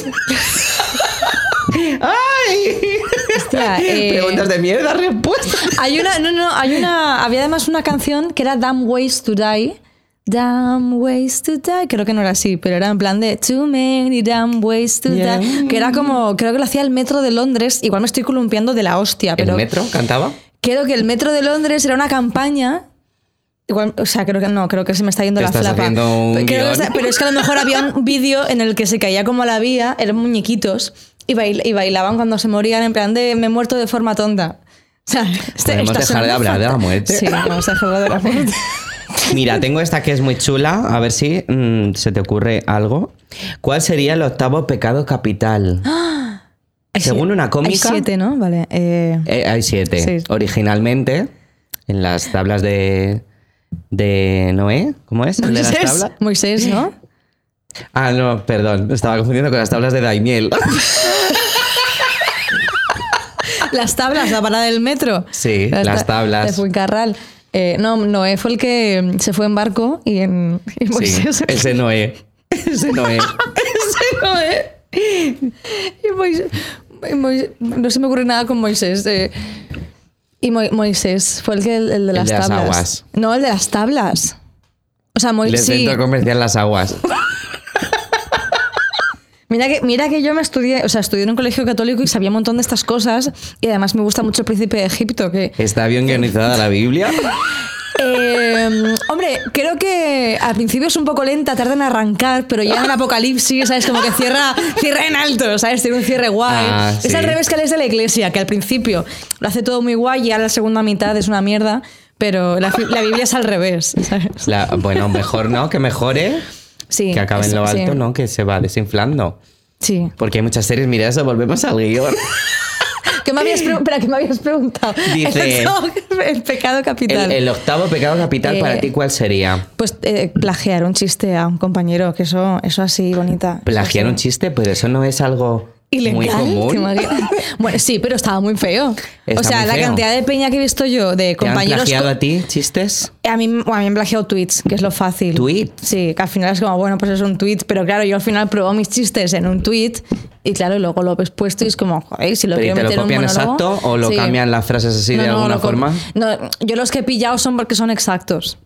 [SPEAKER 2] ¡Ay! <laughs>
[SPEAKER 1] Hostia, eh,
[SPEAKER 2] Preguntas de mierda, respuestas.
[SPEAKER 1] hay una, no, no, hay una, había además una canción que era Damn Ways to Die. Damn Ways to Die, creo que no era así, pero era en plan de Too many damn ways to
[SPEAKER 2] Yeah.
[SPEAKER 1] die, que era como, creo que lo hacía el metro de Londres, igual me estoy columpiando de la hostia,
[SPEAKER 2] ¿El
[SPEAKER 1] pero
[SPEAKER 2] metro cantaba?
[SPEAKER 1] creo que el metro de Londres era una campaña. Igual, o sea, creo que no, creo que se me está yendo
[SPEAKER 2] Te
[SPEAKER 1] la
[SPEAKER 2] estás
[SPEAKER 1] flapa.
[SPEAKER 2] haciendo un
[SPEAKER 1] Pero creo que
[SPEAKER 2] guión.
[SPEAKER 1] está- pero es que a lo mejor había
[SPEAKER 2] <laughs>
[SPEAKER 1] un vídeo en el que se caía como a la vía, eran muñequitos, y, bail- y bailaban cuando se morían en plan de me he muerto de forma tonta. O sea, <laughs> este-
[SPEAKER 2] Podemos
[SPEAKER 1] está
[SPEAKER 2] dejar de
[SPEAKER 1] sonando
[SPEAKER 2] hablar de la
[SPEAKER 1] fanta-
[SPEAKER 2] muerte.
[SPEAKER 1] Sí, vamos a dejar de la
[SPEAKER 2] <laughs>
[SPEAKER 1] muerte.
[SPEAKER 2] Mira, tengo esta que es muy chula. A ver si mm, se te ocurre algo. ¿Cuál sería el octavo pecado capital?
[SPEAKER 1] Hay si-
[SPEAKER 2] Según una
[SPEAKER 1] <laughs>
[SPEAKER 2] cómica-
[SPEAKER 1] Hay siete, ¿no? Vale. eh,
[SPEAKER 2] Eh, hay siete.
[SPEAKER 1] Sí.
[SPEAKER 2] Originalmente, en las tablas de, de Noé, ¿cómo es? ¿El de las
[SPEAKER 1] Moisés,
[SPEAKER 2] tablas?
[SPEAKER 1] Moisés, ¿no?
[SPEAKER 2] Ah, no, perdón. Me estaba confundiendo con las tablas de
[SPEAKER 1] <laughs>
[SPEAKER 2] Daimiel.
[SPEAKER 1] <laughs> Las tablas, la parada del metro.
[SPEAKER 2] Sí, las
[SPEAKER 1] ta-
[SPEAKER 2] tablas.
[SPEAKER 1] De Fuencarral. Eh, no, Noé fue el que mm, se fue en barco y en. y Moisés. <laughs>
[SPEAKER 2] Sí, ese Noé. Ese Noé.
[SPEAKER 1] Ese Noé. Y Moisés, y Moisés- No se me ocurre nada con Moisés. eh. y Mo- Moisés fue el, que, el, el de
[SPEAKER 2] El
[SPEAKER 1] las
[SPEAKER 2] de las
[SPEAKER 1] tablas.
[SPEAKER 2] aguas.
[SPEAKER 1] No, el de las tablas. O sea,
[SPEAKER 2] El
[SPEAKER 1] <laughs> Moisés.
[SPEAKER 2] centro comercial Las Aguas.
[SPEAKER 1] Mira que, mira que yo me estudié, o sea, estudié en un colegio católico y sabía un montón de estas cosas. Y además me gusta mucho el príncipe de Egipto, que
[SPEAKER 2] ¿Está bien guionizada la Biblia?
[SPEAKER 1] Eh, hombre, creo que al principio es un poco lenta, tarda en arrancar, pero ya en el apocalipsis, ¿sabes? Como que cierra, cierra en alto, ¿sabes? Tiene un cierre guay.
[SPEAKER 2] Ah,
[SPEAKER 1] Es
[SPEAKER 2] sí.
[SPEAKER 1] al revés que el es de la iglesia, que al principio lo hace todo muy guay y ahora la segunda mitad es una mierda, pero la, fi- la Biblia es al revés, ¿sabes?
[SPEAKER 2] La- bueno, mejor no, que mejore.
[SPEAKER 1] Sí,
[SPEAKER 2] que acabe en
[SPEAKER 1] eso,
[SPEAKER 2] lo
[SPEAKER 1] sí.
[SPEAKER 2] alto, ¿no? Que se va desinflando.
[SPEAKER 1] Sí.
[SPEAKER 2] Porque hay muchas series, mira eso, volvemos
[SPEAKER 1] <laughs>
[SPEAKER 2] al guión.
[SPEAKER 1] ¿Qué me habías, pre- espera, ¿qué me habías preguntado? <laughs>
[SPEAKER 2] Dice-
[SPEAKER 1] el, el pecado
[SPEAKER 2] El,
[SPEAKER 1] capital.
[SPEAKER 2] el octavo pecado capital
[SPEAKER 1] Eh,
[SPEAKER 2] para ti, ¿cuál sería?
[SPEAKER 1] Pues eh, plagiar un chiste a un compañero, que eso, eso así, bonita. Eso
[SPEAKER 2] Plagiar
[SPEAKER 1] así.
[SPEAKER 2] un chiste, pero eso no es algo
[SPEAKER 1] Ilegal,
[SPEAKER 2] muy
[SPEAKER 1] ¿te
[SPEAKER 2] común. <laughs>
[SPEAKER 1] imaginas? bueno, sí, pero estaba muy feo.
[SPEAKER 2] Está
[SPEAKER 1] o sea,
[SPEAKER 2] muy
[SPEAKER 1] la
[SPEAKER 2] feo.
[SPEAKER 1] cantidad de peña que he visto yo de
[SPEAKER 2] ¿Te han
[SPEAKER 1] compañeros.
[SPEAKER 2] plagiado a ti chistes?
[SPEAKER 1] co- a mí, bueno, a mí me han plagiado tweets, que es lo fácil.
[SPEAKER 2] ¿Tweet?
[SPEAKER 1] Sí, que al final es como, bueno, pues es un tweet, pero claro, yo al final pruebo mis chistes en un tweet y claro, luego lo ves puesto y es como, joder, si lo
[SPEAKER 2] ¿Pero y
[SPEAKER 1] quiero
[SPEAKER 2] te lo
[SPEAKER 1] meter en un
[SPEAKER 2] copian
[SPEAKER 1] monólogo,
[SPEAKER 2] exacto o lo
[SPEAKER 1] sí.
[SPEAKER 2] cambian las frases así
[SPEAKER 1] No,
[SPEAKER 2] de
[SPEAKER 1] no,
[SPEAKER 2] alguna
[SPEAKER 1] lo co-
[SPEAKER 2] forma?
[SPEAKER 1] No, yo los que he pillado son porque son exactos.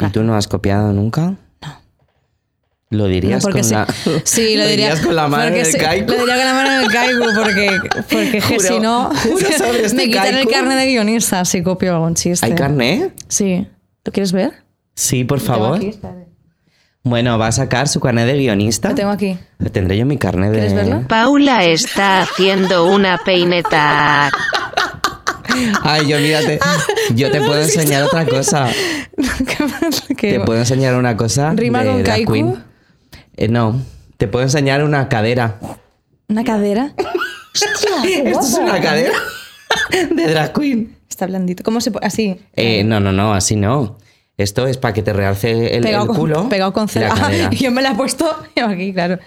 [SPEAKER 2] ¿Y tú no has copiado nunca? Lo dirías
[SPEAKER 1] porque
[SPEAKER 2] con
[SPEAKER 1] sí.
[SPEAKER 2] la...
[SPEAKER 1] <laughs>
[SPEAKER 2] <laughs>
[SPEAKER 1] Sí, lo, diría.
[SPEAKER 2] dirías con la
[SPEAKER 1] <laughs>
[SPEAKER 2] mano
[SPEAKER 1] porque
[SPEAKER 2] del
[SPEAKER 1] sí,
[SPEAKER 2] Kaiku.
[SPEAKER 1] Lo diría con la mano del Kaiku,
[SPEAKER 2] <laughs>
[SPEAKER 1] porque, porque es que
[SPEAKER 2] Juro,
[SPEAKER 1] si no.
[SPEAKER 2] juro
[SPEAKER 1] <laughs>
[SPEAKER 2] sobre este
[SPEAKER 1] me quitan el
[SPEAKER 2] Kaiku.
[SPEAKER 1] carne de guionista si copio algún chiste.
[SPEAKER 2] ¿Hay carné?
[SPEAKER 1] Sí. ¿Lo quieres ver?
[SPEAKER 2] Sí, por
[SPEAKER 1] Lo tengo
[SPEAKER 2] favor.
[SPEAKER 1] aquí, espérate.
[SPEAKER 2] Bueno, va a sacar su carnet de guionista.
[SPEAKER 1] Lo tengo
[SPEAKER 2] <laughs>
[SPEAKER 1] aquí.
[SPEAKER 2] Tendré yo mi carnet de...
[SPEAKER 1] ¿Quieres verlo?
[SPEAKER 3] Paula está haciendo una peineta.
[SPEAKER 2] Ay, yo mírate.
[SPEAKER 1] <laughs>
[SPEAKER 2] Yo te <laughs> puedo enseñar otra cosa.
[SPEAKER 1] Que-
[SPEAKER 2] Te puedo enseñar una cosa.
[SPEAKER 1] ¿Rima
[SPEAKER 2] de
[SPEAKER 1] con
[SPEAKER 2] drag
[SPEAKER 1] kaiku?
[SPEAKER 2] queen. Eh, no. Te puedo enseñar una cadera.
[SPEAKER 1] ¿Una
[SPEAKER 2] <laughs>
[SPEAKER 1] cadera?
[SPEAKER 2] ¿Esto es
[SPEAKER 1] <laughs>
[SPEAKER 2] una cadera? De drag queen.
[SPEAKER 1] Está blandito. ¿Cómo se pone? Así.
[SPEAKER 2] Eh, no, no, no, así no. Esto es para que te realce el, el
[SPEAKER 1] pegado,
[SPEAKER 2] culo.
[SPEAKER 1] con, pegado con
[SPEAKER 2] y
[SPEAKER 1] cera. <laughs>
[SPEAKER 2] la cadera.
[SPEAKER 1] Ah, yo me la he puesto aquí, claro.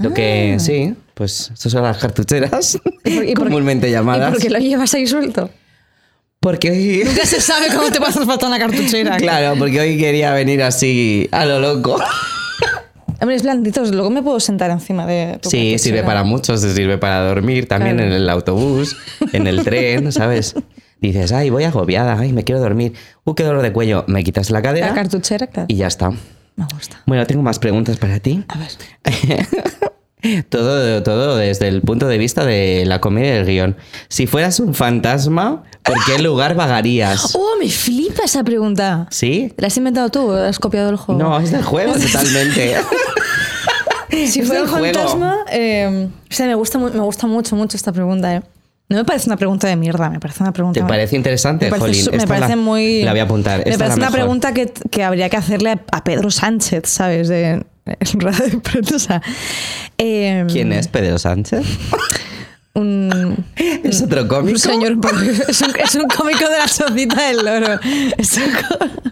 [SPEAKER 2] Lo que sí, pues estas son las cartucheras,
[SPEAKER 1] <laughs> ¿Y por- y por-
[SPEAKER 2] comúnmente
[SPEAKER 1] ¿Y
[SPEAKER 2] llamadas.
[SPEAKER 1] por qué lo llevas ahí suelto?
[SPEAKER 2] Porque
[SPEAKER 1] <laughs> Nunca se sabe cómo te va a hacer falta una cartuchera.
[SPEAKER 2] <laughs> claro, porque hoy quería venir así a
[SPEAKER 1] <laughs>
[SPEAKER 2] lo loco.
[SPEAKER 1] Hombre, es blandito. Luego me puedo sentar encima de. tu
[SPEAKER 2] Sí,
[SPEAKER 1] cartuchera.
[SPEAKER 2] sirve para mucho, se sirve para dormir también
[SPEAKER 1] Claro.
[SPEAKER 2] en el autobús, en el tren, ¿sabes? Dices, ay, voy agobiada, ay, me quiero dormir. Uh, qué dolor de cuello. Me quitas la cadera
[SPEAKER 1] La cartuchera, claro.
[SPEAKER 2] y ya está.
[SPEAKER 1] Me gusta.
[SPEAKER 2] Bueno, tengo más preguntas para ti.
[SPEAKER 1] A ver.
[SPEAKER 2] Todo, todo desde el punto de vista de la comedia del guión. Si fueras un fantasma, ¿por qué lugar vagarías?
[SPEAKER 1] ¡Oh, me flipa esa pregunta!
[SPEAKER 2] ¿Sí?
[SPEAKER 1] ¿La has inventado tú o has copiado el juego?
[SPEAKER 2] No, es del juego totalmente.
[SPEAKER 1] <laughs> Si
[SPEAKER 2] es
[SPEAKER 1] fuera un
[SPEAKER 2] del juego.
[SPEAKER 1] fantasma. eh, o sea, me gusta, mu- me gusta mucho, mucho esta pregunta, ¿eh? No me parece una pregunta de mierda, me parece una pregunta.
[SPEAKER 2] ¿Te parece interesante,
[SPEAKER 1] Me parece,
[SPEAKER 2] Jolín?
[SPEAKER 1] su- me
[SPEAKER 2] Esta
[SPEAKER 1] parece
[SPEAKER 2] la,
[SPEAKER 1] muy.
[SPEAKER 2] La voy a apuntar. Esta
[SPEAKER 1] Me
[SPEAKER 2] es la
[SPEAKER 1] parece una
[SPEAKER 2] mejor.
[SPEAKER 1] pregunta que, que habría que hacerle a, a Pedro Sánchez, ¿sabes? De, <laughs> en rueda de prensa. O sea, eh,
[SPEAKER 2] ¿Quién es
[SPEAKER 1] <laughs>
[SPEAKER 2] Pedro Sánchez?
[SPEAKER 1] Un,
[SPEAKER 2] ¿Es otro cómico?
[SPEAKER 1] un señor. Es un, es un cómico de la chocita del loro. Es un co-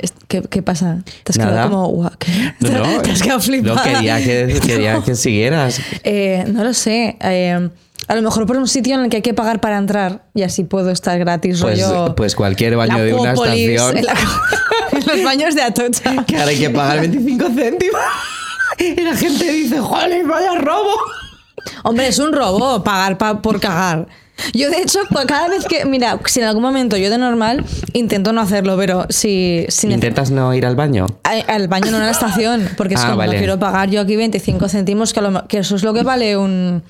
[SPEAKER 1] Es- ¿Qué, qué pasa? Te has
[SPEAKER 2] Nada.
[SPEAKER 1] quedado como. guau, ¿qué? <laughs> <laughs>
[SPEAKER 2] No,
[SPEAKER 1] Te-
[SPEAKER 2] no,
[SPEAKER 1] te has quedado
[SPEAKER 2] no,
[SPEAKER 1] flipada.
[SPEAKER 2] quería
[SPEAKER 1] <laughs>
[SPEAKER 2] que, quería que siguieras.
[SPEAKER 1] Eh, no lo sé. eh, a lo mejor por un sitio en el que hay que pagar para entrar y así puedo estar gratis.
[SPEAKER 2] Pues,
[SPEAKER 1] rollo
[SPEAKER 2] pues cualquier baño de una
[SPEAKER 1] Acuópolis,
[SPEAKER 2] estación.
[SPEAKER 1] en la- <laughs> en los baños de Atocha.
[SPEAKER 2] <laughs> Que ahora hay
[SPEAKER 1] <laughs>
[SPEAKER 2] que pagar 25 céntimos. Y la gente dice, joder, vaya robo.
[SPEAKER 1] Hombre, es un robo pagar pa- por cagar. Yo, de hecho, cu- cada vez que. Mira, si en algún momento yo de normal intento no hacerlo, pero si. si nece-
[SPEAKER 2] ¿Intentas no ir al baño?
[SPEAKER 1] a- al baño no en la estación, porque es
[SPEAKER 2] Ah,
[SPEAKER 1] como no
[SPEAKER 2] vale.
[SPEAKER 1] quiero pagar yo aquí 25 céntimos, que, a lo mo- que eso es lo que vale un.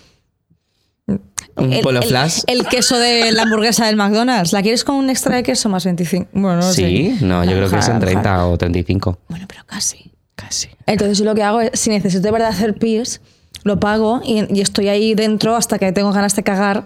[SPEAKER 2] ¿Un polo flash?
[SPEAKER 1] El, queso de la hamburguesa del McDonald's. ¿La quieres con un extra de queso más 25? Bueno, no lo
[SPEAKER 2] sí,
[SPEAKER 1] sé.
[SPEAKER 2] no, yo creo que
[SPEAKER 1] Ajá,
[SPEAKER 2] son
[SPEAKER 1] ajá.
[SPEAKER 2] 30 o 35.
[SPEAKER 1] Bueno, pero casi.
[SPEAKER 2] Casi.
[SPEAKER 1] Entonces yo lo que hago es, si necesito de verdad hacer pis, lo pago y, y estoy ahí dentro hasta que tengo ganas de cagar.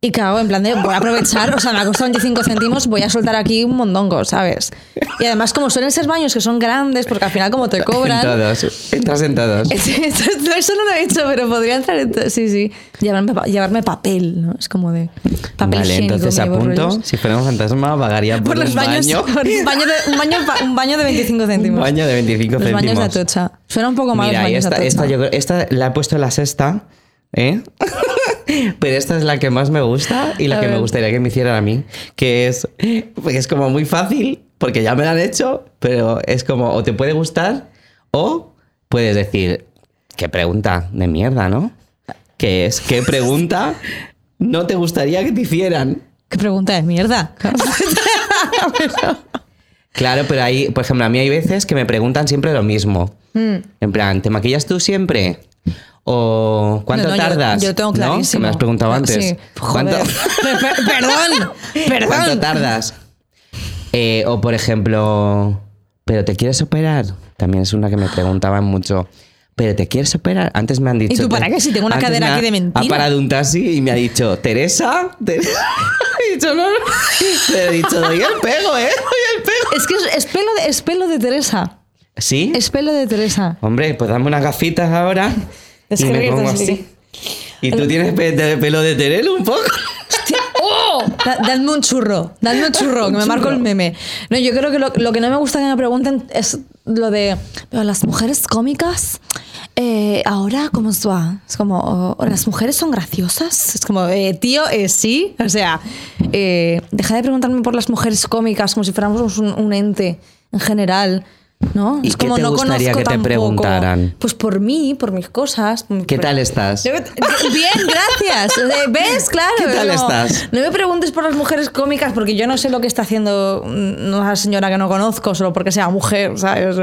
[SPEAKER 1] Y cago en plan de, voy a aprovechar, o sea, me ha costado 25 céntimos, voy a soltar aquí un mondongo, ¿sabes? Y además, como suelen ser baños que son grandes, porque al final como te
[SPEAKER 2] En
[SPEAKER 1] cobran...
[SPEAKER 2] todos. Entras en todos.
[SPEAKER 1] Esto- esto- <laughs> Eso no lo he dicho, pero podría entrar en... to- Sí, sí. Llevarme, pa- llevarme papel, ¿no? Es como de papel
[SPEAKER 2] vale,
[SPEAKER 1] higiénico.
[SPEAKER 2] entonces
[SPEAKER 1] me llevo
[SPEAKER 2] apunto.
[SPEAKER 1] rollos.
[SPEAKER 2] Si fuera un fantasma, vagaría por,
[SPEAKER 1] Por los
[SPEAKER 2] un
[SPEAKER 1] baños...
[SPEAKER 2] <laughs> baño.
[SPEAKER 1] por un, baño de, un, baño, pa- un baño de 25
[SPEAKER 2] Un
[SPEAKER 1] céntimos.
[SPEAKER 2] baño de 25
[SPEAKER 1] los
[SPEAKER 2] céntimos.
[SPEAKER 1] baños de Atocha. Suena un poco mal
[SPEAKER 2] Mira,
[SPEAKER 1] los
[SPEAKER 2] y
[SPEAKER 1] baños de
[SPEAKER 2] esta,
[SPEAKER 1] Atocha.
[SPEAKER 2] esta, yo creo- esta la he puesto en la sexta, ¿eh? <laughs> Pero esta es la que más me gusta y la
[SPEAKER 1] A
[SPEAKER 2] que me
[SPEAKER 1] ver.
[SPEAKER 2] gustaría que me hicieran a mí, que es, porque es como muy fácil, porque ya me la han hecho, pero es como o te puede gustar o puedes decir, qué pregunta de mierda, ¿no? Que
[SPEAKER 1] <laughs>
[SPEAKER 2] es, qué pregunta no te gustaría que te hicieran.
[SPEAKER 1] Qué pregunta de
[SPEAKER 2] <laughs>
[SPEAKER 1] mierda.
[SPEAKER 2] Claro, pero ahí, por ejemplo, a mí hay veces que me preguntan siempre lo mismo. En plan, ¿te maquillas tú siempre? ¿O cuánto
[SPEAKER 1] No, no, yo-
[SPEAKER 2] tardas?
[SPEAKER 1] Yo, tengo
[SPEAKER 2] ¿No? Que
[SPEAKER 1] clarísimo.
[SPEAKER 2] me lo has preguntado
[SPEAKER 1] No,
[SPEAKER 2] antes.
[SPEAKER 1] sí. <laughs>
[SPEAKER 2] ¿Cuánto,
[SPEAKER 1] Joder. Per- per- perdón, perdón.
[SPEAKER 2] <laughs> cuánto tardas? Eh, o, por ejemplo, ¿pero te quieres operar? También es una que me preguntaban mucho. ¿Pero te quieres operar? Antes me han dicho...
[SPEAKER 1] tú para
[SPEAKER 2] te-
[SPEAKER 1] qué? Si tengo una
[SPEAKER 2] antes
[SPEAKER 1] cadera
[SPEAKER 2] me ha-
[SPEAKER 1] aquí de mentira.
[SPEAKER 2] Ha parado un taxi y me ha dicho, ¿Teresa? ¿Teresa? <laughs> He dicho, no, <laughs> no. Le he dicho, doy el pego, ¿eh? Doy el pego.
[SPEAKER 1] Es que es, es pelo de, es pelo de Teresa.
[SPEAKER 2] ¿Sí?
[SPEAKER 1] Es pelo de Teresa.
[SPEAKER 2] Hombre, pues dame unas gafitas ahora
[SPEAKER 1] Es
[SPEAKER 2] y
[SPEAKER 1] que
[SPEAKER 2] me
[SPEAKER 1] ríete
[SPEAKER 2] pongo
[SPEAKER 1] así.
[SPEAKER 2] así. ¿Y tú tienes pe- de- pelo de Terel un poco?
[SPEAKER 1] Hostia, ¡Oh! Da- dadme un churro, dadme <laughs> un churro, que me marco el meme. No, yo creo que lo, lo que no me gusta que me pregunten es lo de "Pero las mujeres cómicas. eh, ahora, ¿cómo es va? Es como, oh, oh, ¿las mujeres son graciosas? Es como, eh, tío, eh, sí. O sea, eh, deja de preguntarme por las mujeres cómicas como si fuéramos un, un ente en general. ¿No?
[SPEAKER 2] ¿Y
[SPEAKER 1] es
[SPEAKER 2] qué
[SPEAKER 1] como
[SPEAKER 2] te
[SPEAKER 1] no
[SPEAKER 2] gustaría
[SPEAKER 1] conozco
[SPEAKER 2] que te
[SPEAKER 1] tampoco-
[SPEAKER 2] preguntaran?
[SPEAKER 1] Pues por mí, por mis cosas.
[SPEAKER 2] ¿Qué
[SPEAKER 1] por-
[SPEAKER 2] tal estás?
[SPEAKER 1] No me- <laughs> Bien, gracias. Eh, ¿Ves? Claro.
[SPEAKER 2] ¿Qué tal
[SPEAKER 1] no-
[SPEAKER 2] estás?
[SPEAKER 1] No me preguntes por las mujeres cómicas porque yo no sé lo que está haciendo una señora que no conozco solo porque sea mujer, ¿sabes?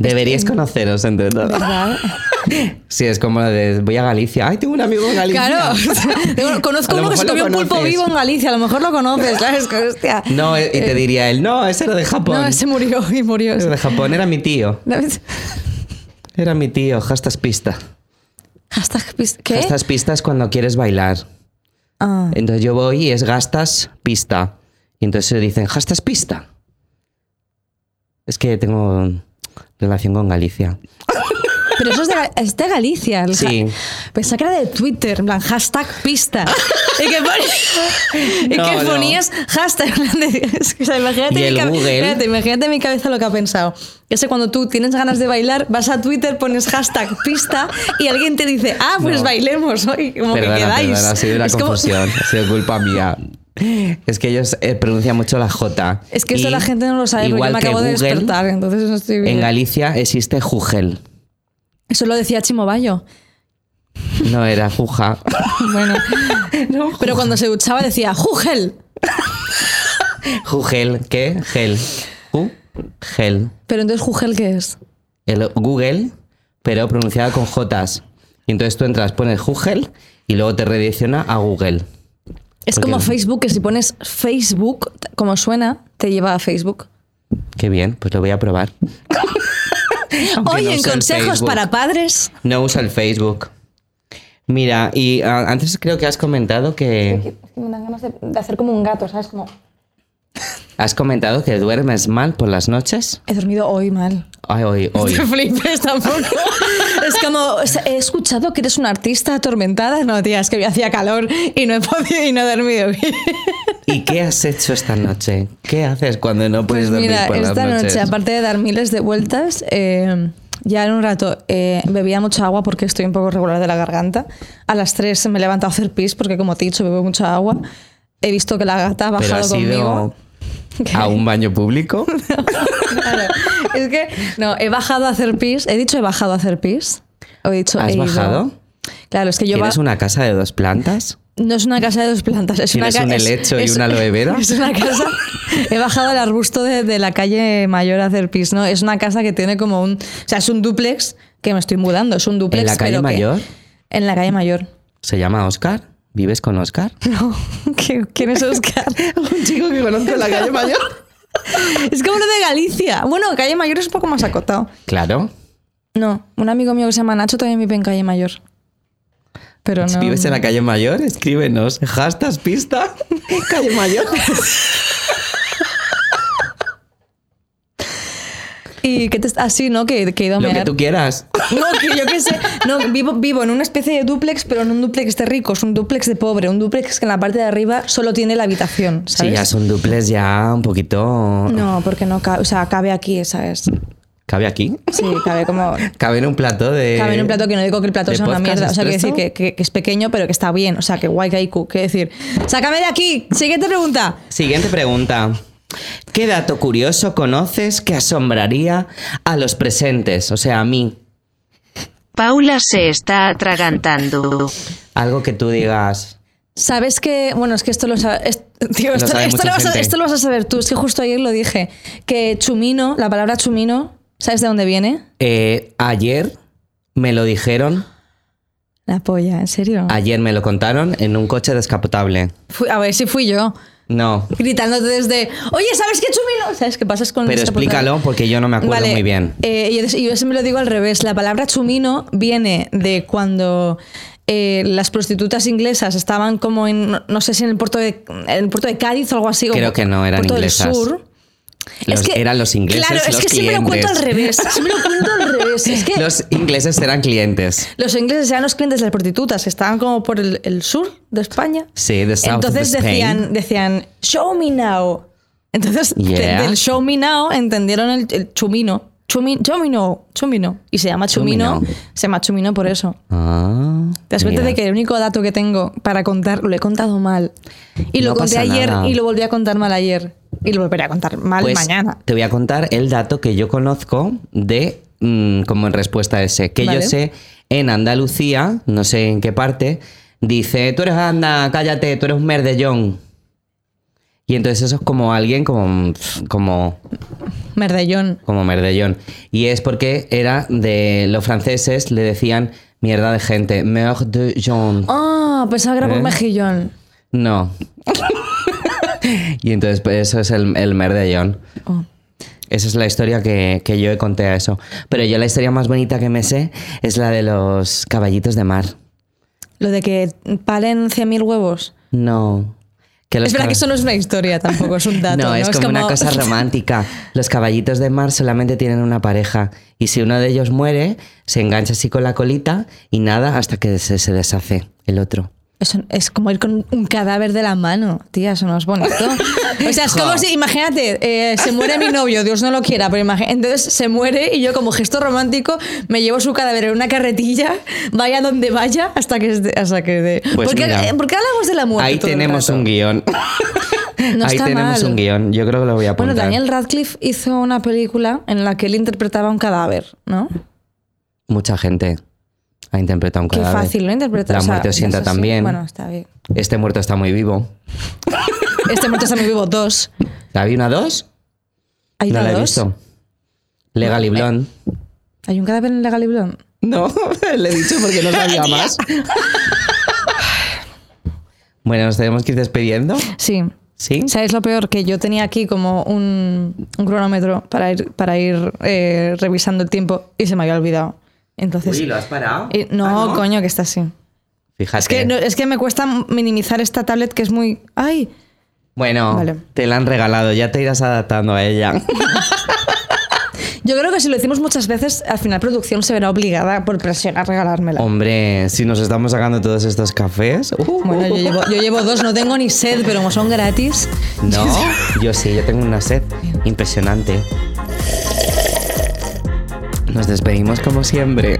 [SPEAKER 2] Deberíais conoceros entre todos.
[SPEAKER 1] ¿Verdad?
[SPEAKER 2] Sí, es como de voy a Galicia. Ay, tengo un amigo en
[SPEAKER 1] <laughs>
[SPEAKER 2] Galicia.
[SPEAKER 1] Claro.
[SPEAKER 2] <laughs>
[SPEAKER 1] Digo,
[SPEAKER 2] A
[SPEAKER 1] Conozco
[SPEAKER 2] lo
[SPEAKER 1] uno que se
[SPEAKER 2] mejor
[SPEAKER 1] comió
[SPEAKER 2] lo
[SPEAKER 1] un pulpo
[SPEAKER 2] conoces.
[SPEAKER 1] vivo en Galicia, a lo mejor lo conoces, ¿sabes? Que, hostia.
[SPEAKER 2] No, eh, y te diría él, no, ese era de Japón.
[SPEAKER 1] No, ese murió y murió.
[SPEAKER 2] Ese era de Japón, era mi tío.
[SPEAKER 1] ¿Sabes?
[SPEAKER 2] Era mi tío, hashtag pista.
[SPEAKER 1] Hashtag pis- ¿Qué?
[SPEAKER 2] Gastas pistas cuando quieres bailar.
[SPEAKER 1] Ah.
[SPEAKER 2] Entonces yo voy y es gastas pista. Y entonces se dicen, gastas pista. Es que tengo relación con Galicia.
[SPEAKER 1] Pero eso es de, Ga- es de Galicia. el
[SPEAKER 2] Sí.
[SPEAKER 1] ja- Pensaba que era de Twitter, en plan, hashtag
[SPEAKER 2] <laughs>
[SPEAKER 1] pista. y que, pon- y
[SPEAKER 2] No,
[SPEAKER 1] que
[SPEAKER 2] no.
[SPEAKER 1] ponías hashtag. en plan de- <laughs> es que, o sea, imagínate,
[SPEAKER 2] Y
[SPEAKER 1] mi
[SPEAKER 2] el
[SPEAKER 1] cabe-
[SPEAKER 2] Google.
[SPEAKER 1] espérate, imagínate en mi cabeza lo que ha pensado. Ya sé, cuando tú tienes ganas de bailar, vas a Twitter, pones hashtag pista y alguien te dice, ah, pues
[SPEAKER 2] No.
[SPEAKER 1] bailemos. ¿no? Y como
[SPEAKER 2] perdona,
[SPEAKER 1] que quedáis.
[SPEAKER 2] perdona, ha sido una
[SPEAKER 1] Es como-
[SPEAKER 2] confusión. Ha sido culpa mía. Es que ellos eh, pronuncian mucho la J.
[SPEAKER 1] <laughs> es que eso
[SPEAKER 2] Y
[SPEAKER 1] la gente no lo sabe porque
[SPEAKER 2] igual
[SPEAKER 1] me
[SPEAKER 2] que
[SPEAKER 1] acabo de
[SPEAKER 2] Google,
[SPEAKER 1] despertar, entonces no estoy bien.
[SPEAKER 2] En Galicia existe Jugel.
[SPEAKER 1] Eso lo decía Chimo
[SPEAKER 2] <laughs>
[SPEAKER 1] Bayo.
[SPEAKER 2] No era Juja. <laughs>
[SPEAKER 1] Bueno, pero cuando se duchaba decía, ¡Jugel!
[SPEAKER 2] Jugel, ¿qué? Gel. Jugel.
[SPEAKER 1] Pero entonces, ¿Jugel qué es?
[SPEAKER 2] el Google, pero pronunciada con Jotas. Y entonces tú entras, pones Google y luego te redirecciona a Google.
[SPEAKER 1] Es
[SPEAKER 2] Porque-
[SPEAKER 1] como Facebook, que si pones Facebook, t- como suena, te lleva a Facebook.
[SPEAKER 2] Qué bien, pues lo voy a probar. <laughs> Aunque
[SPEAKER 1] Hoy
[SPEAKER 2] no
[SPEAKER 1] en
[SPEAKER 2] use el
[SPEAKER 1] consejos
[SPEAKER 2] Facebook.
[SPEAKER 1] para padres.
[SPEAKER 2] No usa el Facebook. Mira, y ah, antes creo que has comentado que
[SPEAKER 1] Me dan ganas de, hacer como un gato, ¿sabes? Como...
[SPEAKER 2] has comentado que duermes mal por las noches.
[SPEAKER 1] He dormido hoy mal.
[SPEAKER 2] Ay, hoy,
[SPEAKER 1] <laughs>
[SPEAKER 2] hoy.
[SPEAKER 1] Te flipes tampoco.
[SPEAKER 2] <laughs>
[SPEAKER 1] es como, o sea, he escuchado que eres una artista atormentada. No, tía, es que yo hacía calor y no he podido y no he dormido bien.
[SPEAKER 2] ¿Y qué has hecho esta noche? ¿Qué haces cuando no puedes
[SPEAKER 1] Pues
[SPEAKER 2] dormir
[SPEAKER 1] mira,
[SPEAKER 2] por las
[SPEAKER 1] esta
[SPEAKER 2] noches?
[SPEAKER 1] noche, aparte de dar miles de vueltas, eh, ya en un rato eh, bebía mucha agua porque estoy un poco regular de la garganta. A las 3 me he levantado a hacer pis porque, como te he dicho, bebo mucha agua. He visto que la gata ha
[SPEAKER 2] Pero
[SPEAKER 1] bajado
[SPEAKER 2] has
[SPEAKER 1] conmigo.
[SPEAKER 2] <laughs> ido a un baño público.
[SPEAKER 1] <laughs> Claro. Es que, no, he bajado a hacer pis. He dicho he bajado a hacer pis. O he dicho,
[SPEAKER 2] ¿Has
[SPEAKER 1] he ido.
[SPEAKER 2] bajado?
[SPEAKER 1] Claro, es que yo
[SPEAKER 2] ¿Tienes
[SPEAKER 1] ba-
[SPEAKER 2] una casa de dos plantas?
[SPEAKER 1] No es una casa de dos plantas, es una
[SPEAKER 2] ¿Tienes
[SPEAKER 1] casa.
[SPEAKER 2] un helecho y una aloe vera?
[SPEAKER 1] <laughs> Es una casa. He bajado al arbusto de, de la calle mayor a hacer pis, ¿no? Es una casa que tiene como un. O sea, es un dúplex que me estoy mudando, es un dúplex.
[SPEAKER 2] ¿En la calle
[SPEAKER 1] pero que-
[SPEAKER 2] mayor?
[SPEAKER 1] en la calle mayor. <laughs>
[SPEAKER 2] ¿Se llama Oscar? ¿Vives con <laughs> Oscar?
[SPEAKER 1] No, ¿qué- ¿quién es Oscar?
[SPEAKER 2] Un chico que conozco en la calle mayor.
[SPEAKER 1] es como lo de Galicia. Bueno, calle mayor es un poco más acotado.
[SPEAKER 2] Claro.
[SPEAKER 1] No, un amigo mío que se llama Nacho también vive en calle mayor. Pero
[SPEAKER 2] Si
[SPEAKER 1] no.
[SPEAKER 2] vives en la calle mayor, escríbenos. Hashtag pista. Calle mayor.
[SPEAKER 1] Y que te, así, ¿no? Que, que he ido a
[SPEAKER 2] Lo que
[SPEAKER 1] mear.
[SPEAKER 2] tú quieras.
[SPEAKER 1] No, que yo qué sé. No, vivo, vivo en una especie de dúplex, pero no un dúplex de ricos, un dúplex de pobre, un dúplex que en la parte de arriba solo tiene la habitación,
[SPEAKER 2] Sí,
[SPEAKER 1] ¿sabes?
[SPEAKER 2] ya son duples, ya un poquito.
[SPEAKER 1] No, porque no cabe, o sea, cabe aquí, ¿sabes?
[SPEAKER 2] ¿Cabe aquí?
[SPEAKER 1] Sí, cabe como...
[SPEAKER 2] Cabe en un plato de.
[SPEAKER 1] Cabe en un plato que no digo que el plato
[SPEAKER 2] Eh, de
[SPEAKER 1] sea una
[SPEAKER 2] podcast
[SPEAKER 1] mierda. O sea, quiero
[SPEAKER 2] expreso.
[SPEAKER 1] decir que, que- que es pequeño, pero que está bien. O sea, que guay que hay cu. Quiero decir, sácame de aquí. Siguiente pregunta.
[SPEAKER 2] Siguiente pregunta. ¿Qué dato curioso conoces que asombraría a los presentes? O sea, a mí.
[SPEAKER 3] Paula se está atragantando.
[SPEAKER 2] Algo que tú digas.
[SPEAKER 1] ¿Sabes que Bueno, es <laughs> que esto lo sabes.
[SPEAKER 2] Lo
[SPEAKER 1] esto,
[SPEAKER 2] sabe
[SPEAKER 1] esto
[SPEAKER 2] mucha
[SPEAKER 1] lo vas a,
[SPEAKER 2] gente.
[SPEAKER 1] esto lo vas a saber tú. Es que justo ayer lo dije. Que chumino, la palabra chumino, ¿sabes de dónde viene?
[SPEAKER 2] eh, ayer me lo dijeron
[SPEAKER 1] La polla, ¿en serio?
[SPEAKER 2] Ayer me lo contaron en un coche descapotable.
[SPEAKER 1] Fui- a ver si fui yo.
[SPEAKER 2] No.
[SPEAKER 1] Gritándote desde, oye, ¿sabes qué chumino? ¿Sabes qué pasas con el
[SPEAKER 2] Pero
[SPEAKER 1] descapotable?
[SPEAKER 2] explícalo porque yo no me acuerdo
[SPEAKER 1] Vale,
[SPEAKER 2] muy bien.
[SPEAKER 1] eh, yo, des- yo siempre lo digo al revés. La palabra chumino viene de cuando eh, las prostitutas inglesas estaban como en, no, no sé si en el puerto de, en el puerto de Cádiz o algo así. o
[SPEAKER 2] Creo que no, eran
[SPEAKER 1] puerto
[SPEAKER 2] inglesas.
[SPEAKER 1] Del sur.
[SPEAKER 2] Los- eran los ingleses
[SPEAKER 1] Claro, es
[SPEAKER 2] los
[SPEAKER 1] que siempre lo cuento al revés.
[SPEAKER 2] clientes.
[SPEAKER 1] Siempre lo cuento al revés. Es que los,
[SPEAKER 2] <laughs> Los ingleses eran clientes.
[SPEAKER 1] ingleses eran los clientes de las prostitutas. Estaban como por el- el sur de España.
[SPEAKER 2] Sí, de South
[SPEAKER 1] Entonces
[SPEAKER 2] of Spain.
[SPEAKER 1] decían, decían, show me now. Entonces, de-
[SPEAKER 2] Yeah.
[SPEAKER 1] del show me now entendieron el, el chumino. Chumi, chumino, chumino. Y se llama chumino,
[SPEAKER 2] Chumino.
[SPEAKER 1] se llama chumino por eso.
[SPEAKER 2] Ah,
[SPEAKER 1] Te das cuenta
[SPEAKER 2] mira.
[SPEAKER 1] de que el único dato que tengo para contar lo he contado mal. Y lo
[SPEAKER 2] No
[SPEAKER 1] conté
[SPEAKER 2] pasa
[SPEAKER 1] ayer
[SPEAKER 2] nada.
[SPEAKER 1] y lo volví a contar mal ayer. y lo volveré a contar mal
[SPEAKER 2] Pues
[SPEAKER 1] mañana.
[SPEAKER 2] Te voy a contar el dato que yo conozco de mm, como en respuesta a ese. Que
[SPEAKER 1] Vale.
[SPEAKER 2] yo sé en Andalucía, no sé en qué parte, dice, tú eres anda, cállate, tú eres un merdellón. Y entonces eso es como alguien como, pf, como,
[SPEAKER 1] Merdellón.
[SPEAKER 2] como merdellón. Y es porque era de los franceses, le decían mierda de gente, merdellón.
[SPEAKER 1] Ah, pensaba que era por
[SPEAKER 2] ¿Eh?
[SPEAKER 1] mejillón.
[SPEAKER 2] No. <laughs> y entonces pues, eso es el, el merdellón.
[SPEAKER 1] Oh.
[SPEAKER 2] Esa es la historia que, que yo conté a eso. Pero yo la historia más bonita que me sé es la de los caballitos de mar.
[SPEAKER 1] Lo de que palen 100.000 huevos.
[SPEAKER 2] No. Que los
[SPEAKER 1] Es verdad que
[SPEAKER 2] caba-
[SPEAKER 1] eso no es una historia tampoco, es
[SPEAKER 2] <laughs>
[SPEAKER 1] un dato.
[SPEAKER 2] No, es como,
[SPEAKER 1] <laughs>
[SPEAKER 2] una cosa romántica. Los caballitos de mar solamente tienen una pareja. Y si uno de ellos muere, se engancha así con la colita y nada hasta que se, se deshace el otro.
[SPEAKER 1] Eso es como ir con un cadáver de la mano, tía, eso no es
[SPEAKER 2] <laughs>
[SPEAKER 1] bonito. O sea, es como
[SPEAKER 2] Jo.
[SPEAKER 1] si, imagínate, eh, se muere mi novio, Dios no lo quiera, pero imagínate, entonces se muere y yo como gesto romántico me llevo su cadáver en una carretilla, vaya donde vaya, hasta que... es de- hasta que de-
[SPEAKER 2] Pues
[SPEAKER 1] ¿Por, qué,
[SPEAKER 2] mira,
[SPEAKER 1] eh, por qué hablamos de la muerte?
[SPEAKER 2] Ahí
[SPEAKER 1] todo el
[SPEAKER 2] tenemos
[SPEAKER 1] rato?
[SPEAKER 2] un guión.
[SPEAKER 1] No
[SPEAKER 2] Ahí
[SPEAKER 1] está
[SPEAKER 2] tenemos
[SPEAKER 1] mal.
[SPEAKER 2] un guión. Yo creo que lo voy a
[SPEAKER 1] Bueno,
[SPEAKER 2] apuntar.
[SPEAKER 1] Daniel Radcliffe hizo una película en la que él interpretaba un cadáver, ¿no?
[SPEAKER 2] Mucha gente ha interpretado un
[SPEAKER 1] Qué
[SPEAKER 2] cadáver.
[SPEAKER 1] fácil lo interpretar.
[SPEAKER 2] La
[SPEAKER 1] o sea,
[SPEAKER 2] muerte os
[SPEAKER 1] no
[SPEAKER 2] sienta
[SPEAKER 1] sé si-
[SPEAKER 2] también.
[SPEAKER 1] Bueno, está bien.
[SPEAKER 2] Este muerto está muy vivo.
[SPEAKER 1] Este muerto está muy vivo, dos.
[SPEAKER 2] ¿Había una dos?
[SPEAKER 1] ¿Hay
[SPEAKER 2] no la he
[SPEAKER 1] dos? eh.
[SPEAKER 2] visto. Legal y Blonde.
[SPEAKER 1] ¿Hay un cadáver en Legal y Blonde? <laughs>
[SPEAKER 2] No, le he dicho porque no <laughs> sabía más. bueno, nos tenemos que ir despidiendo.
[SPEAKER 1] Sí.
[SPEAKER 2] ¿Sí?
[SPEAKER 1] ¿Sabéis lo peor? Que yo tenía aquí como un, un cronómetro para ir, para ir eh, revisando el tiempo y se me había olvidado. Entonces.
[SPEAKER 2] has parado?
[SPEAKER 1] eh, no,
[SPEAKER 2] Ah,
[SPEAKER 1] coño, que está así.
[SPEAKER 2] Fíjate.
[SPEAKER 1] Es que, no- es que me cuesta minimizar esta tablet que es muy. ¡Ay!
[SPEAKER 2] Bueno,
[SPEAKER 1] Vale.
[SPEAKER 2] te la han regalado, ya te irás adaptando a
[SPEAKER 1] <laughs>
[SPEAKER 2] ella.
[SPEAKER 1] Yo creo que si lo hicimos muchas veces, al final producción se verá obligada por presión a regalármela.
[SPEAKER 2] Oh. Hombre, si nos estamos sacando todos estos cafés. uh,
[SPEAKER 1] Bueno, yo llevo, yo llevo dos, no tengo ni sed, pero como son gratis.
[SPEAKER 2] No, yo sí, yo tengo una sed impresionante. Nos despedimos como siempre.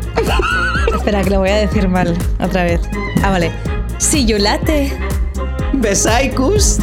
[SPEAKER 1] Espera, que lo voy a decir mal otra vez. Ah, vale. Si yo late.
[SPEAKER 2] Besaikus.